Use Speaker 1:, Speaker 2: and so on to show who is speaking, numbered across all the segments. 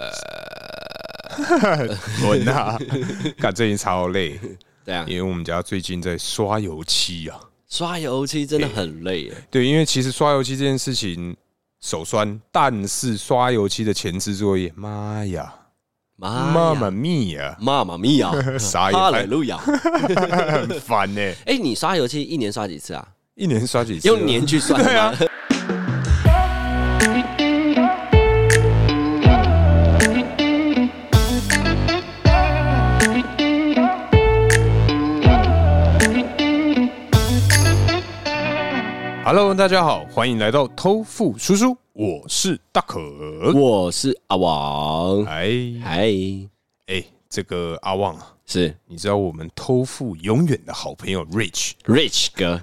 Speaker 1: 滚啊！干最近超累，
Speaker 2: 对啊，
Speaker 1: 因为我们家最近在刷油漆啊。
Speaker 2: 刷油漆真的很累耶。
Speaker 1: 对，因为其实刷油漆这件事情手酸，但是刷油漆的前置作业，妈呀，
Speaker 2: 妈
Speaker 1: 妈
Speaker 2: 呀
Speaker 1: 妈咪呀，
Speaker 2: 妈妈咪 呀，
Speaker 1: 傻
Speaker 2: 哈
Speaker 1: 眼
Speaker 2: 雷，路亚！
Speaker 1: 很烦呢。
Speaker 2: 哎，你刷油漆一年刷几次啊？
Speaker 1: 一年刷几次？
Speaker 2: 用年去算
Speaker 1: 对啊
Speaker 2: 吗？
Speaker 1: ？Hello，大家好，欢迎来到偷富叔叔，我是大可。
Speaker 2: 我是阿王，
Speaker 1: 哎
Speaker 2: 嗨，
Speaker 1: 哎，这个阿旺啊，
Speaker 2: 是
Speaker 1: 你知道我们偷富永远的好朋友 Rich，
Speaker 2: Rich 哥。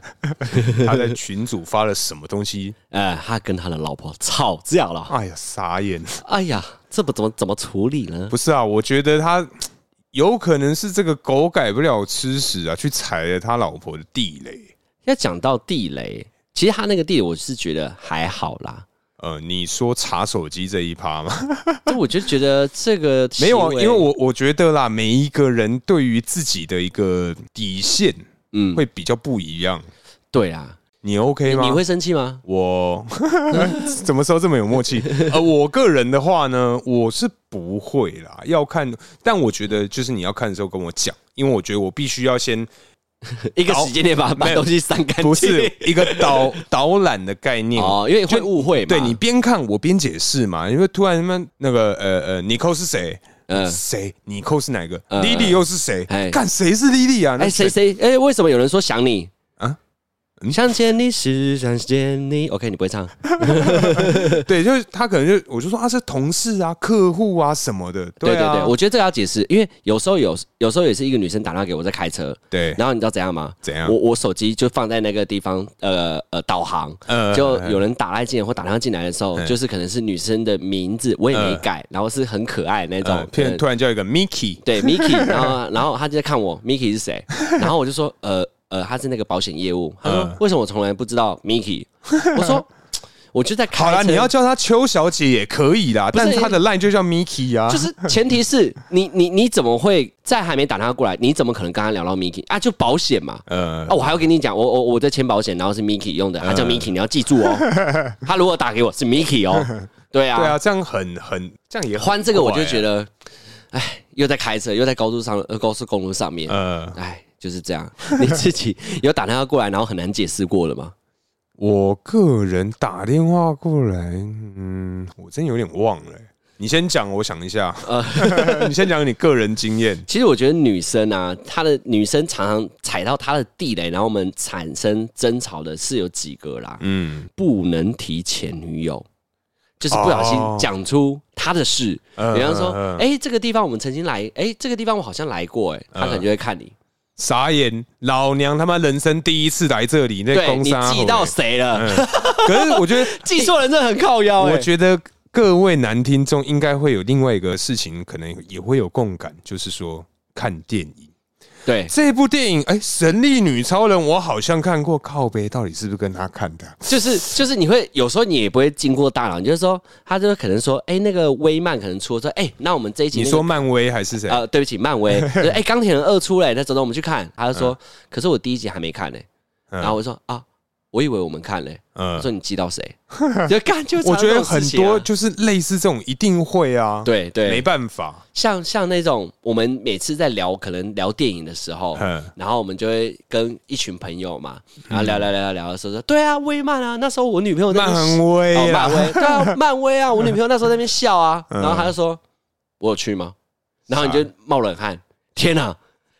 Speaker 1: 他在群组发了什么东西？
Speaker 2: 呃，他跟他的老婆吵架了。
Speaker 1: 哎呀，傻眼！
Speaker 2: 哎呀，这不怎么怎么处理呢？
Speaker 1: 不是啊，我觉得他有可能是这个狗改不了吃屎啊，去踩了他老婆的地雷。
Speaker 2: 要讲到地雷，其实他那个地雷我是觉得还好啦，
Speaker 1: 呃，你说查手机这一趴吗？
Speaker 2: 但我就觉得这个
Speaker 1: 没有啊，
Speaker 2: 行
Speaker 1: 因
Speaker 2: 为
Speaker 1: 为我我觉得啦，每一个人对于自己的一个底线
Speaker 2: 嗯
Speaker 1: 会比较不一样。
Speaker 2: 对啊，
Speaker 1: 你 OK
Speaker 2: 你
Speaker 1: 吗？
Speaker 2: 你会生气吗？
Speaker 1: 我 什么时候这么有默 契？呃，我个人的话呢，我是不会啦，要看，但我觉得就是你要看的时候跟我讲，因为我觉得我必须要先
Speaker 2: 一个时间内把把
Speaker 1: 没有
Speaker 2: 东西删干净，
Speaker 1: 不是一个导导览的概念
Speaker 2: 哦，因为会误会嘛。
Speaker 1: 对你边看我边解释嘛，因为突然他妈那个呃呃，尼寇是谁？
Speaker 2: 嗯
Speaker 1: 谁？尼寇是哪个？
Speaker 2: 嗯
Speaker 1: 莉莉又是谁
Speaker 2: 哎？
Speaker 1: 看谁是莉莉啊？那
Speaker 2: 哎谁谁哎，为什么有人说想你
Speaker 1: 啊
Speaker 2: 啊
Speaker 1: 嗯？
Speaker 2: 想见你是想见你，OK，你不会唱，
Speaker 1: 对，就是他可能就我就说啊，是同事啊、客户啊什么的。
Speaker 2: 对对
Speaker 1: 啊
Speaker 2: 对，我觉得这个要解释，因为有时候有有时候也是一个女生打电话给我在开车，
Speaker 1: 对
Speaker 2: 然后你知道怎样吗？
Speaker 1: 怎样
Speaker 2: 我我手机就放在那个地方，呃呃，导航。
Speaker 1: 呃
Speaker 2: 就有人打来进来或打电话进来的时候，就是可能是女生的名字，我也没改，然后是很可爱的那
Speaker 1: 呃
Speaker 2: 种。
Speaker 1: 骗
Speaker 2: 嗯
Speaker 1: 突然叫一个 Mickey，
Speaker 2: 对 Miki，然后然后他就在看我，Miki 是谁？然后我就说，呃呃，他是那个保险业务。他说
Speaker 1: 嗯
Speaker 2: 为什么我从来不知道 Miki？我说我就在开
Speaker 1: 好啦，
Speaker 2: 车
Speaker 1: 你要叫她邱小姐也可以啦，
Speaker 2: 是
Speaker 1: 但是她的 line 就叫 Mickey 啊，
Speaker 2: 就是前提是你你你怎么会在还没打电话过来，你怎么可能跟他聊到 Miki 啊？就保险嘛。
Speaker 1: 呃
Speaker 2: 啊，我还要跟你讲，我我我在签保险，然后是 Miki 用的，他
Speaker 1: 嗯
Speaker 2: 叫 Miki，你要记住 哦。他如果打给我是 Miki 哦，对啊，
Speaker 1: 对啊，这样很很这样也很
Speaker 2: 换这个我
Speaker 1: 怪
Speaker 2: 就
Speaker 1: 啊
Speaker 2: 觉得，哎，又在开车，又在高速上，呃，高速公路上面，
Speaker 1: 呃，
Speaker 2: 哎，就是这样。 你自己有打电话过来，然后很难解释过了吗？
Speaker 1: 我个人打电话过来，嗯，我真有点忘了欸、你先讲，我想一下。
Speaker 2: 呃
Speaker 1: 你先讲你个人经验。
Speaker 2: 其实我觉得女生啊，她的女生常常踩到她的地雷，然后我们产生争吵的是有几个啦，
Speaker 1: 嗯，
Speaker 2: 不能提前女友，就是不小心
Speaker 1: 哦
Speaker 2: 讲出她的事。
Speaker 1: 嗯
Speaker 2: 比方说
Speaker 1: 嗯，嗯
Speaker 2: 哎、这个地方我们曾经来，哎、这个地方我好像来过、哎，他可能就会看你，
Speaker 1: 傻眼，老娘他妈人生第一次来这里，那
Speaker 2: 对
Speaker 1: 公
Speaker 2: 你
Speaker 1: 杀
Speaker 2: 记
Speaker 1: 吼
Speaker 2: 到
Speaker 1: 欸
Speaker 2: 谁了？
Speaker 1: 可是我觉 得，
Speaker 2: 记错人真的很靠腰、哎，
Speaker 1: 我觉得各位男听众应该会有另外一个事情，可能也会有共感，就是说看电影。
Speaker 2: 对，
Speaker 1: 这部电影，哎、神力女超人》，我好像看过，靠背到底是不是跟他看的啊？
Speaker 2: 就是就是你会有时候你也不会经过大脑，你就是说他就可能说，哎、那个威曼可能出了说，哎、那我们这一集、
Speaker 1: 你说漫威还是谁？
Speaker 2: 啊、呃，对不起，漫 威，就是哎，钢铁人二出来，那走走，我们去看。他就说，可是我第一集还没看呢、
Speaker 1: 嗯
Speaker 2: 然后我就说啊，我以为我们看嘞、
Speaker 1: 嗯
Speaker 2: 我说你记到谁？ 就干就常
Speaker 1: 我
Speaker 2: 常
Speaker 1: 觉
Speaker 2: 这
Speaker 1: 得
Speaker 2: 种事
Speaker 1: 很
Speaker 2: 情啊
Speaker 1: 多就是类似这种一定会啊，，
Speaker 2: 对
Speaker 1: 没
Speaker 2: 对，
Speaker 1: 办法，
Speaker 2: 像像那种我们每次在聊可能聊电影的时候，
Speaker 1: 嗯
Speaker 2: 然后我们就会跟一群朋友嘛，然后聊聊聊聊聊的时候说，对啊，威曼啊，那时候我女朋友在那边
Speaker 1: 漫威
Speaker 2: 哦，
Speaker 1: 啊嗯
Speaker 2: 漫，威，对啊，漫威啊，我女朋友那时候在那边笑啊，然后她就说：“我有去吗？”然后你就冒冷汗，天哪、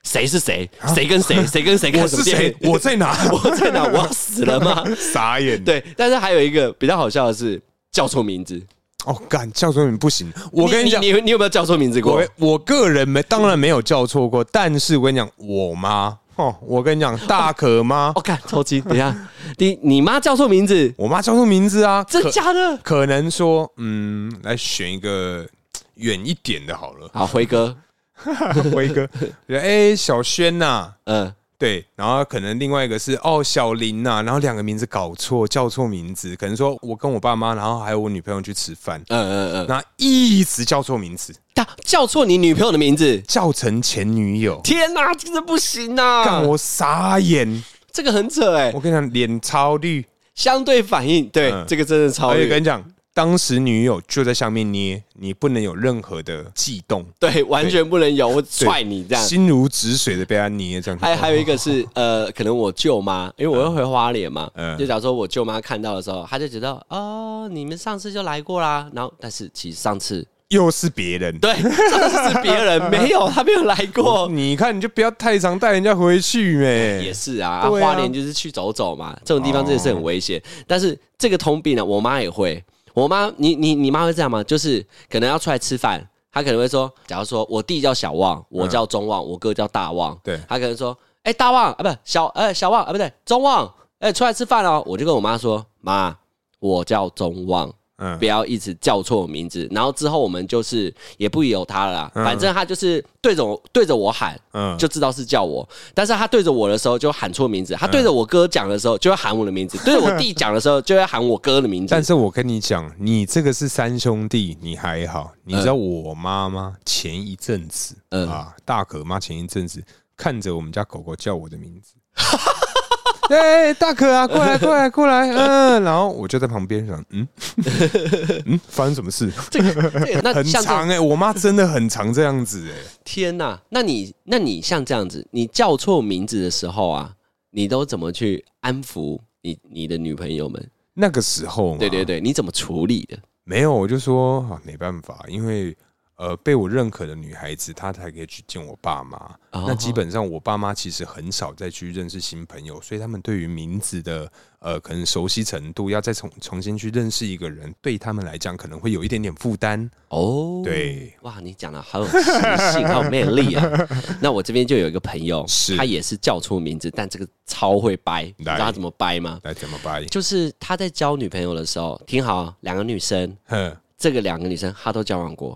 Speaker 2: 谁是谁？谁 跟谁？谁跟谁？
Speaker 1: 啊我
Speaker 2: 看什
Speaker 1: 是
Speaker 2: 么电
Speaker 1: 谁嗯
Speaker 2: 影？？
Speaker 1: 我在哪？
Speaker 2: 我在哪？我要死了吗？
Speaker 1: 傻眼，，
Speaker 2: 对，但是还有一个比较好笑的是叫错名字。
Speaker 1: 哦，干叫错名不行，我跟你讲
Speaker 2: 你，你你有没有叫错名字过
Speaker 1: 我？我个人没当然没有叫错过，但是我跟你讲，我妈哦，我跟你讲，大可妈
Speaker 2: 我，看哦超级，等一下，你你妈叫错名字，
Speaker 1: 我妈叫错名字啊，
Speaker 2: 真
Speaker 1: 可
Speaker 2: 假的？，
Speaker 1: 可能说，嗯，来选一个远一点的好了
Speaker 2: 好，辉哥，
Speaker 1: 辉哥，哎，小轩呐，
Speaker 2: 嗯，
Speaker 1: 对，然后可能另外一个是哦小林呐、然后两个名字搞错，叫错名字，可能说我跟我爸妈，然后还有我女朋友去吃饭，
Speaker 2: 嗯嗯嗯，
Speaker 1: 那一直叫错名字，
Speaker 2: 他叫错你女朋友的名字，
Speaker 1: 叫成前女友，
Speaker 2: 天哪、这个不行呐、
Speaker 1: 干我傻眼，
Speaker 2: 这个很扯哎、
Speaker 1: 我跟你讲脸超绿，
Speaker 2: 相对反应，对，
Speaker 1: 嗯
Speaker 2: 这个真的超
Speaker 1: 而且
Speaker 2: 越
Speaker 1: 跟你讲，当时女友就在下面捏，你不能有任何的悸动，
Speaker 2: 对，完全不能有，我踹你这样。
Speaker 1: 心如止水的被她捏这样，
Speaker 2: 还还有一个是呃，可能我舅妈，因为我要回花莲嘛，
Speaker 1: 嗯
Speaker 2: 就假如说我舅妈看到的时候，她就觉得哦，你们上次就来过啦，然后但是其实上次
Speaker 1: 又是别人。
Speaker 2: 对，上次是 别人没有，他没有来过。
Speaker 1: 你看，你就不要太常带人家回去呗。
Speaker 2: 也是啊，啊
Speaker 1: 对啊哦
Speaker 2: 花莲就是去走走嘛，这种地方真的是很危险。但是这个通病呢，我妈也会。我妈，你你你妈会这样吗？就是可能要出来吃饭，她可能会说，假如说我弟叫小旺，我叫中旺，我哥叫大旺，
Speaker 1: 嗯对
Speaker 2: 她可能说，哎、大旺啊，不小，呃小旺啊，不对，中旺，哎、出来吃饭哦。我就跟我妈说，妈，我叫中旺，
Speaker 1: 嗯
Speaker 2: 不，要一直叫错我名字。然后之后我们就是也不由他了啦，反正他就是对着我对着我喊，
Speaker 1: 嗯
Speaker 2: 就知道是叫我。但是他对着我的时候就喊错名字，他对着我哥讲的时候就会喊我的名字，对着我弟讲的时候就会喊我哥的名
Speaker 1: 嗯
Speaker 2: 字
Speaker 1: 但。是我跟你讲，你这个是三兄弟，你还好。你知道我妈妈前一阵子、
Speaker 2: 嗯
Speaker 1: 啊，大可妈前一阵子看着我们家狗狗叫我的名 字。哎、大可啊，过来，过来，过来，嗯，然后我就在旁边想，嗯，嗯，发生什么事？
Speaker 2: 这个这个那
Speaker 1: 很
Speaker 2: 像这
Speaker 1: 长
Speaker 2: 样
Speaker 1: 哎、我妈真的很常这样子哎、
Speaker 2: 天呐，那你那你像这样子，你叫错名字的时候啊，你都怎么去安抚你你的女朋友们？
Speaker 1: 那个时候嘛，
Speaker 2: 对对对，你怎么处理的？
Speaker 1: 没有，我就说啊，没办法，因为呃，被我认可的女孩子，她才可以去见我爸妈。
Speaker 2: 哦
Speaker 1: 那基本上，我爸妈其实很少再去认识新朋友，所以他们对于名字的呃，可能熟悉程度，要再重重新去认识一个人，对他们来讲可能会有一点点负担。
Speaker 2: 哦，
Speaker 1: 对，
Speaker 2: 哇，你讲的好有磁性，好 有魅力啊！那我这边就有一个朋友，
Speaker 1: 是
Speaker 2: 他也是叫错名字，但这个超会掰，你知道他怎么掰吗？
Speaker 1: 来，怎么办？
Speaker 2: 就是他在交女朋友的时候，听好，两个女生，
Speaker 1: 哼
Speaker 2: 这个两个女生他都交往过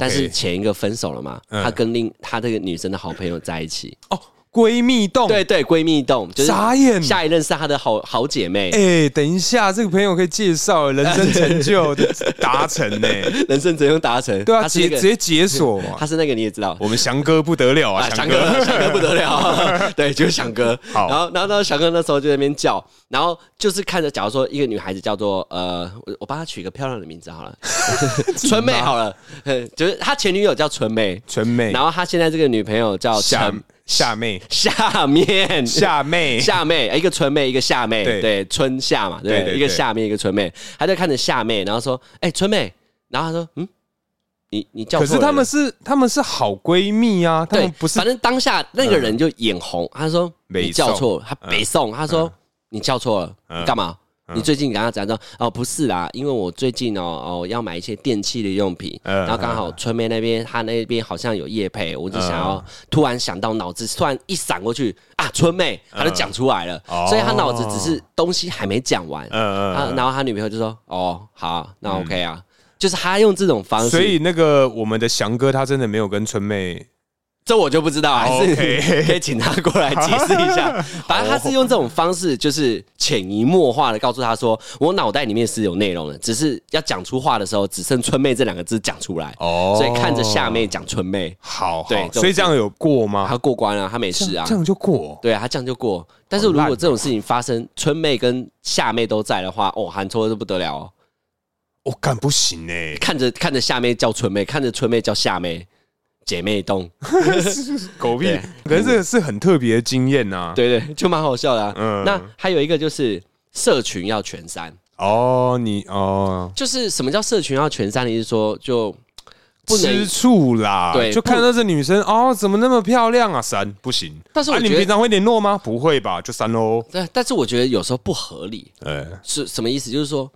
Speaker 2: 但是
Speaker 1: ，OK，
Speaker 2: 前一个分手了嘛，
Speaker 1: 嗯
Speaker 2: 他跟另他这个女生的好朋友在一起，
Speaker 1: 哦，闺蜜洞，
Speaker 2: 对对，闺蜜洞，就是
Speaker 1: 哦傻眼。
Speaker 2: 下一任是他的好好姐妹，
Speaker 1: 哎、等一下，这个朋友可以介绍 人生成就的达成呢、
Speaker 2: 人生只用达成，
Speaker 1: 对啊，
Speaker 2: 他是
Speaker 1: 直
Speaker 2: 那
Speaker 1: 直接
Speaker 2: 个，
Speaker 1: 解锁、
Speaker 2: 他是那个你也知道，
Speaker 1: 我们翔哥不得了啊，
Speaker 2: 啊，翔哥，翔哥不 得了，对，就是翔哥。
Speaker 1: 好
Speaker 2: 然后，然后，然后翔哥那时候就在那边叫，然后就是看着，假如说一个女孩子叫做呃，我我帮她取一个漂亮的名字好 了， 春妹好了，呃就是他前女友叫春妹，
Speaker 1: 纯美，
Speaker 2: 然后他现在这个女朋友叫
Speaker 1: 夏
Speaker 2: 陈
Speaker 1: 夏妹，
Speaker 2: 下面
Speaker 1: 夏妹，
Speaker 2: 夏妹，一个春妹，一个夏妹，
Speaker 1: 对
Speaker 2: 对，春夏嘛，对
Speaker 1: 对
Speaker 2: 不
Speaker 1: 对
Speaker 2: 对，一个
Speaker 1: 对
Speaker 2: 夏面，一个春妹，他就看着夏妹，然后说，哎，春妹，然后他说，嗯，你你叫
Speaker 1: 可
Speaker 2: 错
Speaker 1: 是
Speaker 2: 人
Speaker 1: 她
Speaker 2: 了
Speaker 1: 们是她们是好闺蜜啊，她
Speaker 2: 对
Speaker 1: 们，不是嗯
Speaker 2: 反正当下那个人就眼红，他说
Speaker 1: 北
Speaker 2: 你叫错了，他
Speaker 1: 嗯
Speaker 2: 北宋，他说你叫错了，
Speaker 1: 嗯
Speaker 2: 你干嘛？
Speaker 1: 嗯
Speaker 2: 你最近跟他讲说哦，不是啦，因为我最近哦哦要买一些电器的用品，
Speaker 1: 嗯嗯
Speaker 2: 然后刚好春妹那边她那边好像有业配，我就想要突然想到脑子突然一闪过去啊，春妹，他就讲出来了，
Speaker 1: 嗯哦
Speaker 2: 所以他脑子只是东西还没讲完，
Speaker 1: 嗯
Speaker 2: 啊，然后他女朋友就说哦好啊，那 OK 啊，就是他用这种方式，
Speaker 1: 所以那个我们的翔哥他真的没有跟春妹，
Speaker 2: 这我就不知道，还是
Speaker 1: OK
Speaker 2: 可以请他过来解释一 下。反正他是用这种方式，就是潜移默化的告诉他说，我脑袋里面是有内容的，只是要讲出话的时候，只剩“春妹”这两个字讲出来。
Speaker 1: 哦
Speaker 2: 所以看着夏妹讲“春妹
Speaker 1: 好
Speaker 2: 对
Speaker 1: 好，
Speaker 2: 这种
Speaker 1: 所以这样有过”，吗？
Speaker 2: 他过关了、他没事啊
Speaker 1: 这。样就过，
Speaker 2: 对啊，他这样就过。但是如
Speaker 1: 好烂
Speaker 2: 果
Speaker 1: 哦
Speaker 2: 这种事情发生，春妹跟夏妹都在的话，哦，韩错就不得了哦。
Speaker 1: 我哦干不行 哎，
Speaker 2: 看着看着夏妹叫春妹，看着春妹叫夏妹，姐妹洞。
Speaker 1: 狗屁
Speaker 2: 对！
Speaker 1: 可是这个是很特别的经验啊呐。
Speaker 2: 对 对，就蛮好笑的、啊。
Speaker 1: 嗯
Speaker 2: 那还有一个就是社群要全删。
Speaker 1: 哦，你哦，
Speaker 2: 就是什么叫社群要全删的意思说，就不
Speaker 1: 吃
Speaker 2: 能。
Speaker 1: 醋啦，
Speaker 2: 对
Speaker 1: 就
Speaker 2: 不
Speaker 1: 看到这女生哦，怎么那么漂亮啊？删不行，
Speaker 2: 但是
Speaker 1: 啊
Speaker 2: 我
Speaker 1: 你
Speaker 2: 觉
Speaker 1: 们平
Speaker 2: 得，
Speaker 1: 常会联络吗？不会吧，就删喽。
Speaker 2: 但但是我觉得有时候不合理
Speaker 1: 哎，
Speaker 2: 是什么意思？就是说，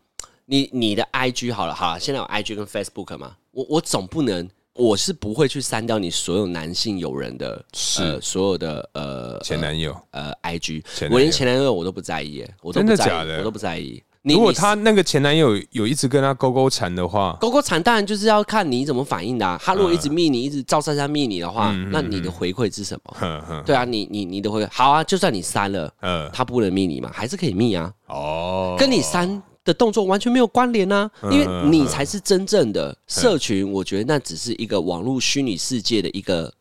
Speaker 2: 你你的 IG 好了，好了，现在有 IG 跟 Facebook 嘛，我我总不能。我是不会去删掉你所有男性友人的，
Speaker 1: 是
Speaker 2: 呃、所有的呃
Speaker 1: 前男友
Speaker 2: 呃 IG，
Speaker 1: 前男友
Speaker 2: 我连前男友我都不在意耶，我都不
Speaker 1: 真的
Speaker 2: 在意
Speaker 1: 假的
Speaker 2: 我都不在意。你
Speaker 1: 如果
Speaker 2: 你
Speaker 1: 她那个前男友有一直跟她勾勾缠的话，
Speaker 2: 勾勾惨，当然就是要看你怎么反应的、啊。他如果一直密你，一直赵珊珊密你的话，
Speaker 1: 嗯嗯嗯
Speaker 2: 那你的回馈是什么？
Speaker 1: 哼哼，
Speaker 2: 对啊，你你你的回馈好啊，就算你删了，
Speaker 1: 呃，
Speaker 2: 他不能密你嘛，还是可以密啊，
Speaker 1: 哦，
Speaker 2: 跟你删的动作完全没有关联啊，
Speaker 1: 嗯
Speaker 2: 因为你才是真正的社群。我觉得那只是一个网络虚拟世界的一个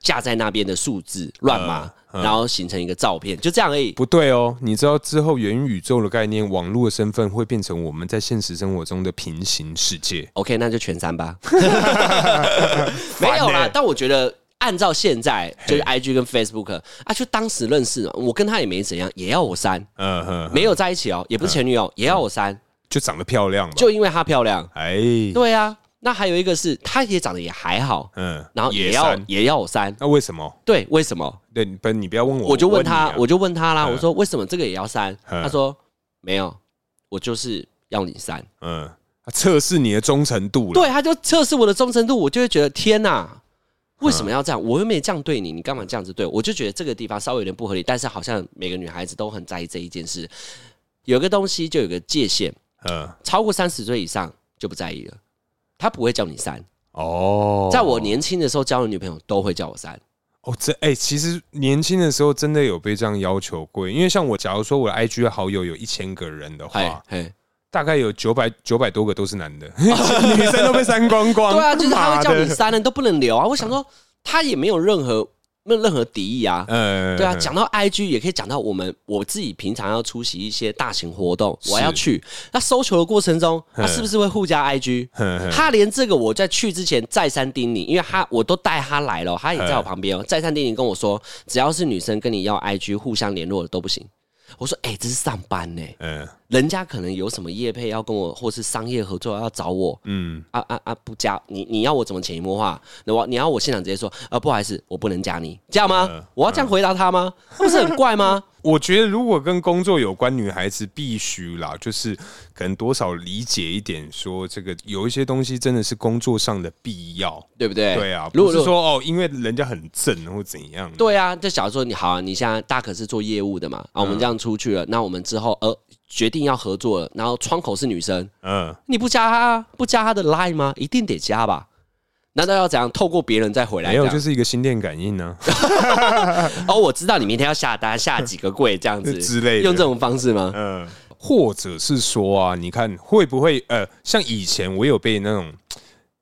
Speaker 2: 架在那边的数字乱码，
Speaker 1: 嗯
Speaker 2: 然后形成一个照片，就这样而已。
Speaker 1: 不对哦，你知道之后元宇宙的概念，网络的身份会变成我们在现实生活中的平行世界。
Speaker 2: OK，那就全 删吧。没有
Speaker 1: 烦
Speaker 2: 啦
Speaker 1: 欸，
Speaker 2: 但我觉得按照现在就是 IG 跟 Facebook 啊，就当时认识嘛，我跟他也没怎样，也要我删，
Speaker 1: 嗯哼，
Speaker 2: 没有在一起哦，也不是前女
Speaker 1: 嗯
Speaker 2: 友，也要我删，
Speaker 1: 就长得漂亮吧？
Speaker 2: 就因为她漂亮。
Speaker 1: 哎，
Speaker 2: 对啊，那还有一个是她也长得也还好，
Speaker 1: 嗯，
Speaker 2: 然后也
Speaker 1: 野
Speaker 2: 要
Speaker 1: 山
Speaker 2: 也要我删，
Speaker 1: 那为什么？
Speaker 2: 对，为什么？
Speaker 1: 对，你不，你不要问我，
Speaker 2: 我就问
Speaker 1: 你
Speaker 2: 他
Speaker 1: 啊，
Speaker 2: 我就问他啦，
Speaker 1: 嗯
Speaker 2: 我说为什么这个也要删？
Speaker 1: 嗯
Speaker 2: 他说没有，我就是要你删。
Speaker 1: 嗯，测试你的忠诚度了。
Speaker 2: 对，他就测试我的忠诚度，我就会觉得天
Speaker 1: 嗯
Speaker 2: 哪，为什么要这样？我又没这样对你，你干嘛这样子对我？我就觉得这个地方稍微有点不合理，但是好像每个女孩子都很在意这一件事。有个东西就有个界限，
Speaker 1: 嗯，
Speaker 2: 超过三十岁以上就不在意了。他不会叫你删，
Speaker 1: 哦，
Speaker 2: 在我年轻的时候交的女朋友都会叫我删。
Speaker 1: 哦，这哎、其实年轻的时候真的有被这样要求过，因为像我，假如说我的 IG 好友有一千个人的
Speaker 2: 嘿
Speaker 1: 话，，
Speaker 2: 哎嘿，
Speaker 1: 大概有九百九百多个都是男 的，女生都被删光光。
Speaker 2: 对啊，就是他会叫你
Speaker 1: 妈的，
Speaker 2: 删了，你都不能留啊。我想说，他也没有任何没有任何敌意啊。
Speaker 1: 呃，
Speaker 2: 对啊，讲到 IG 也可以讲到我们我自己平常要出席一些大型活动，我要去。那搜求的过程中，他是不是会互加 IG？
Speaker 1: 哼哼
Speaker 2: 他连这个我在去之前再三叮咛，因为他我都带他来了，他也在我旁
Speaker 1: 嗯
Speaker 2: 边哦，再三叮咛跟我说，只要是女生跟你要 IG 互相联络的都不行。我说，哎、这是上班呢、
Speaker 1: 嗯
Speaker 2: 人家可能有什么业配要跟我，或是商业合作要找我，
Speaker 1: 嗯，
Speaker 2: 啊啊啊，不加你，你要我怎么潜移默化？那我你要我现场直接说，啊，不好意思，我不能加你，这样吗？
Speaker 1: 嗯
Speaker 2: 我要这样回答他吗？
Speaker 1: 呃
Speaker 2: 那不是很怪吗？
Speaker 1: 我觉得如果跟工作有关，女孩子必须啦，就是可能多少理解一点，说这个有一些东西真的是工作上的必要。
Speaker 2: 对不对？
Speaker 1: 对啊，
Speaker 2: 如
Speaker 1: 不
Speaker 2: 果
Speaker 1: 是
Speaker 2: 如果
Speaker 1: 说哦，因为人家很正或怎样。
Speaker 2: 对啊，就假如说你好啊，你现在大可是做业务的嘛，
Speaker 1: 嗯
Speaker 2: 啊，我们这样出去了，那我们之后呃决定要合作了，然后窗口是女生，
Speaker 1: 嗯，
Speaker 2: 你不加她不加她的 line 吗？一定得加吧？难道要怎样透过别人再回来
Speaker 1: 没
Speaker 2: 这样？
Speaker 1: 有，就是一个心电感应啊呢、
Speaker 2: 哦，我知道你明天要下单下 几个柜这样子
Speaker 1: 之类的
Speaker 2: 用这种方式吗？
Speaker 1: 嗯，或者是说啊，你看会不会呃，像以前我有被那种，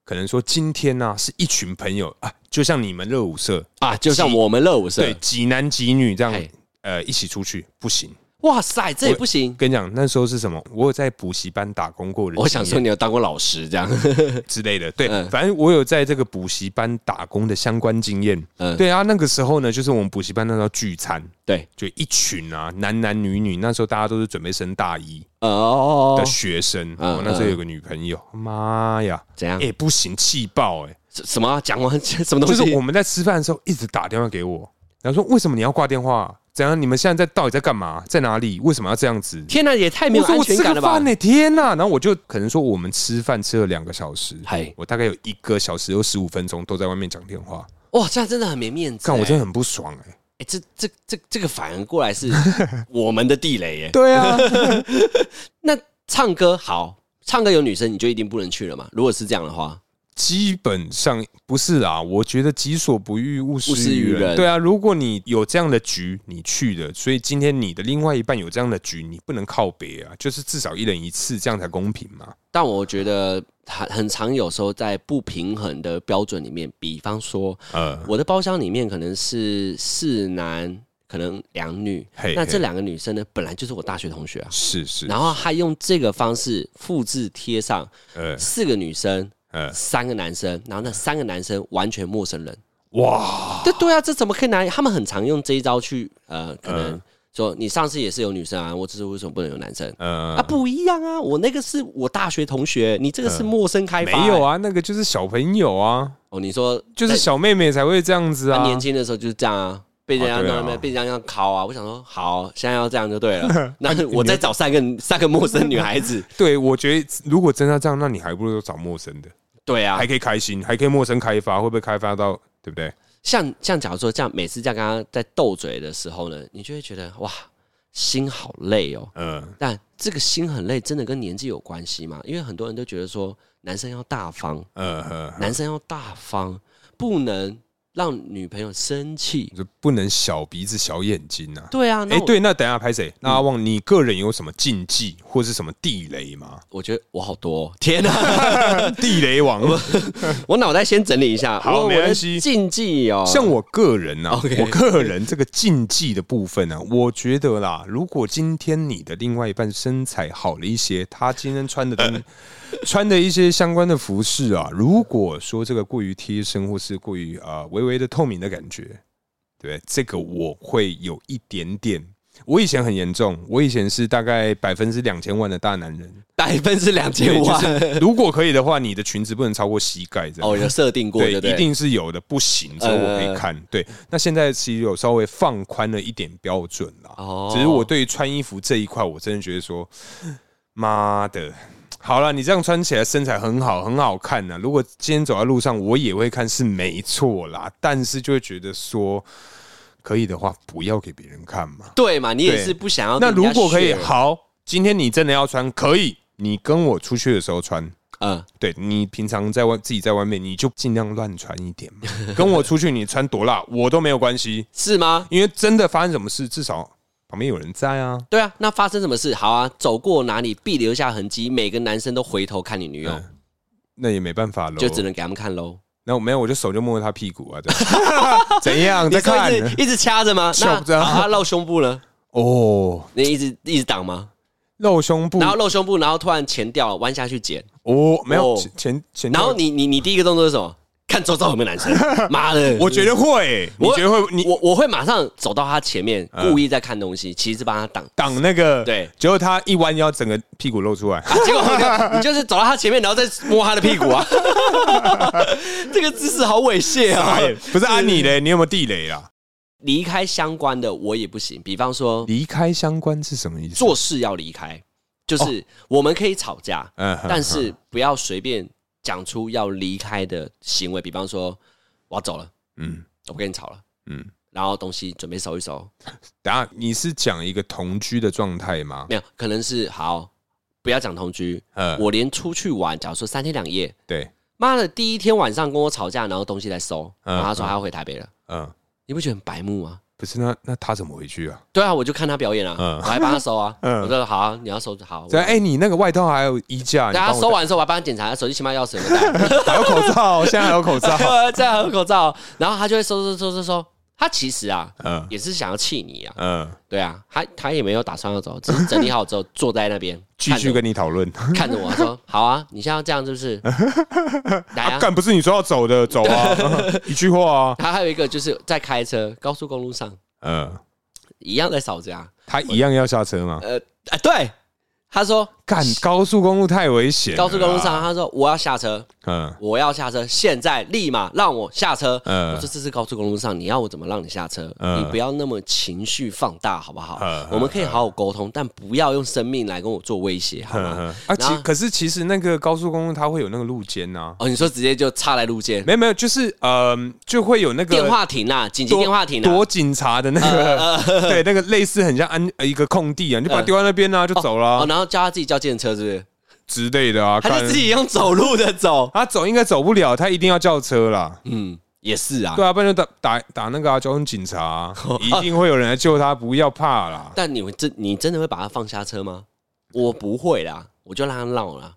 Speaker 1: 可能说今天呢、是一群朋友啊，就像你们热舞社，
Speaker 2: 啊，就像
Speaker 1: 几
Speaker 2: 我们热舞社
Speaker 1: 对，，几男几女这样
Speaker 2: 嘿，
Speaker 1: 呃，一起出去不行。
Speaker 2: 哇塞，这也不行。
Speaker 1: 跟你讲，那时候是什么？我有在补习班打工过的经验，
Speaker 2: 我想说你有当过老 师这样，
Speaker 1: 之类的，对，
Speaker 2: 嗯
Speaker 1: 反正我有在这个补习班打工的相关经验。
Speaker 2: 嗯
Speaker 1: 对啊，那个时候呢，就是我们补习班那时候聚餐，
Speaker 2: 对，
Speaker 1: 就一群啊，男男女女，那时候大家都是准备升大一
Speaker 2: 哦
Speaker 1: 的，学生。哦
Speaker 2: 嗯
Speaker 1: 我那时候有个女朋友，妈呀，
Speaker 2: 怎样
Speaker 1: 哎、？不行，气爆哎、
Speaker 2: 什什么啊讲完 什
Speaker 1: 就
Speaker 2: 么东
Speaker 1: 是我
Speaker 2: 西？
Speaker 1: 们在吃饭的时候一直打电话给我，然后说为什么你要挂电话？怎样？你们现在在到底在干嘛？在哪里？为什么要这样子？
Speaker 2: 天哪，也太没
Speaker 1: 我
Speaker 2: 有
Speaker 1: 说
Speaker 2: 安
Speaker 1: 我
Speaker 2: 全
Speaker 1: 吃
Speaker 2: 感
Speaker 1: 个
Speaker 2: 了吧
Speaker 1: 饭？呢、天哪！然后我就可能说我们吃饭吃了两个小时
Speaker 2: 嗨，
Speaker 1: 我大概有一个小时有十五分钟都在外面讲电话，
Speaker 2: 哇，这样真的很没面子
Speaker 1: 看
Speaker 2: 欸。
Speaker 1: 我真的很不爽哎、
Speaker 2: 哎，这这这这个反而过 来是我们的地雷耶。
Speaker 1: 对啊，
Speaker 2: 那唱歌好，唱歌有女生你就一定不能去了嘛？如果是这样的话，
Speaker 1: 基本上不是啊，我觉得己所不欲，勿
Speaker 2: 勿施
Speaker 1: 施于
Speaker 2: 于人
Speaker 1: 人。对啊，如果你有这样的局，你去的，所以今天你的另外一半有这样的局，你不能靠别啊，就是至少一人一次，这样才公平嘛。
Speaker 2: 但我觉得很很常有时候在不平衡的标准里面，比方说
Speaker 1: 呃，
Speaker 2: 我的包厢里面可能是四男，可能两女，
Speaker 1: 嘿
Speaker 2: 那这
Speaker 1: 嘿
Speaker 2: 两个女生呢，本来就是我大学同学啊。
Speaker 1: 是是，
Speaker 2: 然后他用这个方式复制贴上
Speaker 1: 呃
Speaker 2: 四个女生、
Speaker 1: 呃，
Speaker 2: 三个男生，然后那三个男生完全陌生人。
Speaker 1: 哇，
Speaker 2: 对对啊，这怎么可以拿？他们很常用这一招去呃，可
Speaker 1: 嗯
Speaker 2: 能说你上次也是有女生啊，我这次为什么不能有男生？啊，
Speaker 1: 呃，
Speaker 2: 不一样啊！我那个是我大学同学，你这个是陌生开
Speaker 1: 嗯
Speaker 2: 发、
Speaker 1: 没有
Speaker 2: 啊？
Speaker 1: 啊，那个就是小朋友啊，
Speaker 2: 哦，你说
Speaker 1: 就是小妹妹才会这样子
Speaker 2: 他
Speaker 1: 啊，
Speaker 2: 年轻的时候就是这样啊，被人家
Speaker 1: 哦对啊
Speaker 2: 那边、被人家这样考啊。我想说，好，现在要这样就对 了。那我再找三个三个陌生女孩子，
Speaker 1: 对，我觉得如果真的这样，那你还不如找陌生的，
Speaker 2: 对啊
Speaker 1: 还，可以开心，还可以陌生开发，会不会开发到对不对？
Speaker 2: 像像假如说这样，每次这样跟他在斗嘴的时候呢，你就会觉得哇，心好累哦。
Speaker 1: 嗯，
Speaker 2: 但这个心很累，真的跟年纪有关系吗？因为很多人都觉得说，男生要大方，
Speaker 1: 呃呃，呃
Speaker 2: 男生要大方，不能让女朋友生气。
Speaker 1: 就不能小鼻子小眼睛啊。
Speaker 2: 对啊，那
Speaker 1: 哎、
Speaker 2: 我，
Speaker 1: 对，那等一下拍谁？那阿旺，你个人有什么禁忌或是什么地雷 吗？
Speaker 2: 我觉得我好多、哦，天啊！
Speaker 1: 地雷王，
Speaker 2: 我脑袋先整理一下，
Speaker 1: 好
Speaker 2: 我
Speaker 1: 没
Speaker 2: 我的
Speaker 1: 关系
Speaker 2: 禁忌哦，
Speaker 1: 像我个人啊
Speaker 2: OK
Speaker 1: 我个人这个禁忌的部分呢、啊， 我觉得啦，如果今天你的另外一半身材好了一些，他今天穿的东穿的一些相关的服饰啊，如果说这个过于贴身或是过于啊、呃微微的透明的感觉，对，这个我会有一点点。我以前很严重，我以前是大概百分之两千万的大男人。
Speaker 2: 百分之两千万、
Speaker 1: 如果可以的话，你的裙子不能超过膝盖，这样
Speaker 2: 哦，有设定过，
Speaker 1: 对，
Speaker 2: 对不对？嗯
Speaker 1: 一定是有的，不行，这我可以看。对，那现在其实有稍微放宽了一点标准啦。
Speaker 2: 哦
Speaker 1: 只是我对于穿衣服这一块，我真的觉得说， 妈的，好了，你这样穿起来身材很好，很好看呢、如果今天走在路上，我也会看是没错啦，但是就会觉得说，可以的话，不要给别人看嘛。
Speaker 2: 对嘛，你也
Speaker 1: 对
Speaker 2: 是不想要跟
Speaker 1: 那
Speaker 2: 哦人
Speaker 1: 如
Speaker 2: 家
Speaker 1: 果可以，
Speaker 2: share
Speaker 1: 好，今天你真的要穿，可以，你跟我出去的时候穿。
Speaker 2: 嗯，
Speaker 1: 对你平常在外自己在外面，你就尽量乱穿一点嘛。跟我出去，你穿多辣我都没有关系，
Speaker 2: 是吗？
Speaker 1: 因为真的发生什么事，至少旁边有人在啊。
Speaker 2: 对啊，那发生什么事？好啊，走过哪里必留下痕迹，每个男生都回头看你女友，
Speaker 1: 那也没办嗯法喽，
Speaker 2: 就只能给他们看喽。
Speaker 1: 那我没有，我就手就摸摸他屁股啊，这样 怎样？
Speaker 2: 你
Speaker 1: 在
Speaker 2: 说
Speaker 1: 看
Speaker 2: 一直一直掐着吗？那
Speaker 1: 笑着啊
Speaker 2: 啊，露胸部呢？
Speaker 1: 哦，
Speaker 2: 你一直一直挡吗？
Speaker 1: 露胸部
Speaker 2: 然后露胸部，然后突然前掉了，弯下去捡，
Speaker 1: 哦，没有
Speaker 2: 哦
Speaker 1: 前前前，
Speaker 2: 然后你你你第一个动作是什么？看周遭有没有 男生？妈的，
Speaker 1: 我觉得会，欸你
Speaker 2: 我
Speaker 1: 觉得会？你嗯
Speaker 2: 我我会马上走到他前面，故意在看东西，其实是帮他挡。
Speaker 1: 挡那个，
Speaker 2: 对
Speaker 1: 结果他一弯腰，整个屁股露 出来，
Speaker 2: 啊结果你就你就是走到他前面，然后再摸他的屁股啊！ 这个姿势好猥亵啊！
Speaker 1: 哎，不是安妮嘞？你有没有地雷啊？
Speaker 2: 离开相关的我也不行，比方说
Speaker 1: 离开相关是什么意思？
Speaker 2: 做事要离开，就是我们可以吵架，
Speaker 1: 哦嗯，哼
Speaker 2: 但
Speaker 1: 哼
Speaker 2: 是不要随便讲出要离开的行为，比方说我要走了，
Speaker 1: 嗯
Speaker 2: 我不跟你吵了，
Speaker 1: 嗯。
Speaker 2: 然后东西准备收一收，
Speaker 1: 等下，你是讲一个同居的状态吗？
Speaker 2: 没有，可能是好，不要讲同居，
Speaker 1: 呃，
Speaker 2: 我连出去玩，假如说三天两夜，
Speaker 1: 对，
Speaker 2: 妈的，第一天晚上跟我吵架，然后东西在收，
Speaker 1: 嗯
Speaker 2: 然后他说他要回台北了，
Speaker 1: 嗯、
Speaker 2: 你不觉得很白目吗？
Speaker 1: 不是，那那他怎么回去啊？
Speaker 2: 对啊，我就看他表演啊，
Speaker 1: 嗯
Speaker 2: 我还帮他收啊，
Speaker 1: 嗯
Speaker 2: 我说好啊，你要收就好，
Speaker 1: 对，哎、你那个外套还有衣架，你
Speaker 2: 等他
Speaker 1: 帮
Speaker 2: 收
Speaker 1: 我
Speaker 2: 完的时候，我还帮他检查手机、钱包、钥匙有没有带。
Speaker 1: 戴，还有口罩，现在还有口 罩，
Speaker 2: 啊这样还有口罩，然后他就会收收收收收。他其实啊，
Speaker 1: 嗯
Speaker 2: 也是想要气你啊，
Speaker 1: 嗯，
Speaker 2: 对啊，他他也没有打算要走，只是整理好之后坐在那边，
Speaker 1: 继续
Speaker 2: 看
Speaker 1: 跟你讨论。
Speaker 2: 着我看着 我说：“好啊，你现在要这样是不是？来啊
Speaker 1: 啊，！”干不是你说要走的，走 啊，一句话啊，
Speaker 2: 他还有一个就是在开车，高速公路上
Speaker 1: 嗯，
Speaker 2: 一样在扫家。
Speaker 1: 他一样要下车吗？
Speaker 2: 呃啊，对，他说
Speaker 1: 干高速公路太危险，啊
Speaker 2: 高速公路上，，他说我要下车，
Speaker 1: 嗯
Speaker 2: 我要下车，现在立马让我下车。
Speaker 1: 嗯
Speaker 2: 我说这是高速公路上，你要我怎么让你下车？
Speaker 1: 嗯
Speaker 2: 你不要那么情绪放大，好不好？
Speaker 1: 嗯
Speaker 2: 我们可以好好沟通，但不要用生命来跟我做威胁，好
Speaker 1: 嗯
Speaker 2: 吗？
Speaker 1: 嗯啊，
Speaker 2: 然后
Speaker 1: 其可是其实那个高速公路它会有那个路肩呐、啊，
Speaker 2: 哦，你说直接就插在路肩，
Speaker 1: 没有没有，就是嗯，就会有那个
Speaker 2: 电话亭啊，紧急
Speaker 1: 多
Speaker 2: 电话亭呃啊
Speaker 1: 躲，警察的那 个，对，那个类似很像安呃一个空地啊，你就把它丢在那边啊，就走了
Speaker 2: 哦，
Speaker 1: 啊
Speaker 2: 然后叫他自己叫电车，是不是？
Speaker 1: 之类的啊。
Speaker 2: 他
Speaker 1: 干
Speaker 2: 就自己用走路的走，
Speaker 1: 他走应该走不了，他一定要叫车啦。
Speaker 2: 嗯，也是啊
Speaker 1: 对。啊，不然就打打打那个啊，交通警察 啊，
Speaker 2: 哦
Speaker 1: 一定会有人来救他，不要怕啦。
Speaker 2: 但你们真你真的会把他放下车吗？我不会啦，我就让他让了。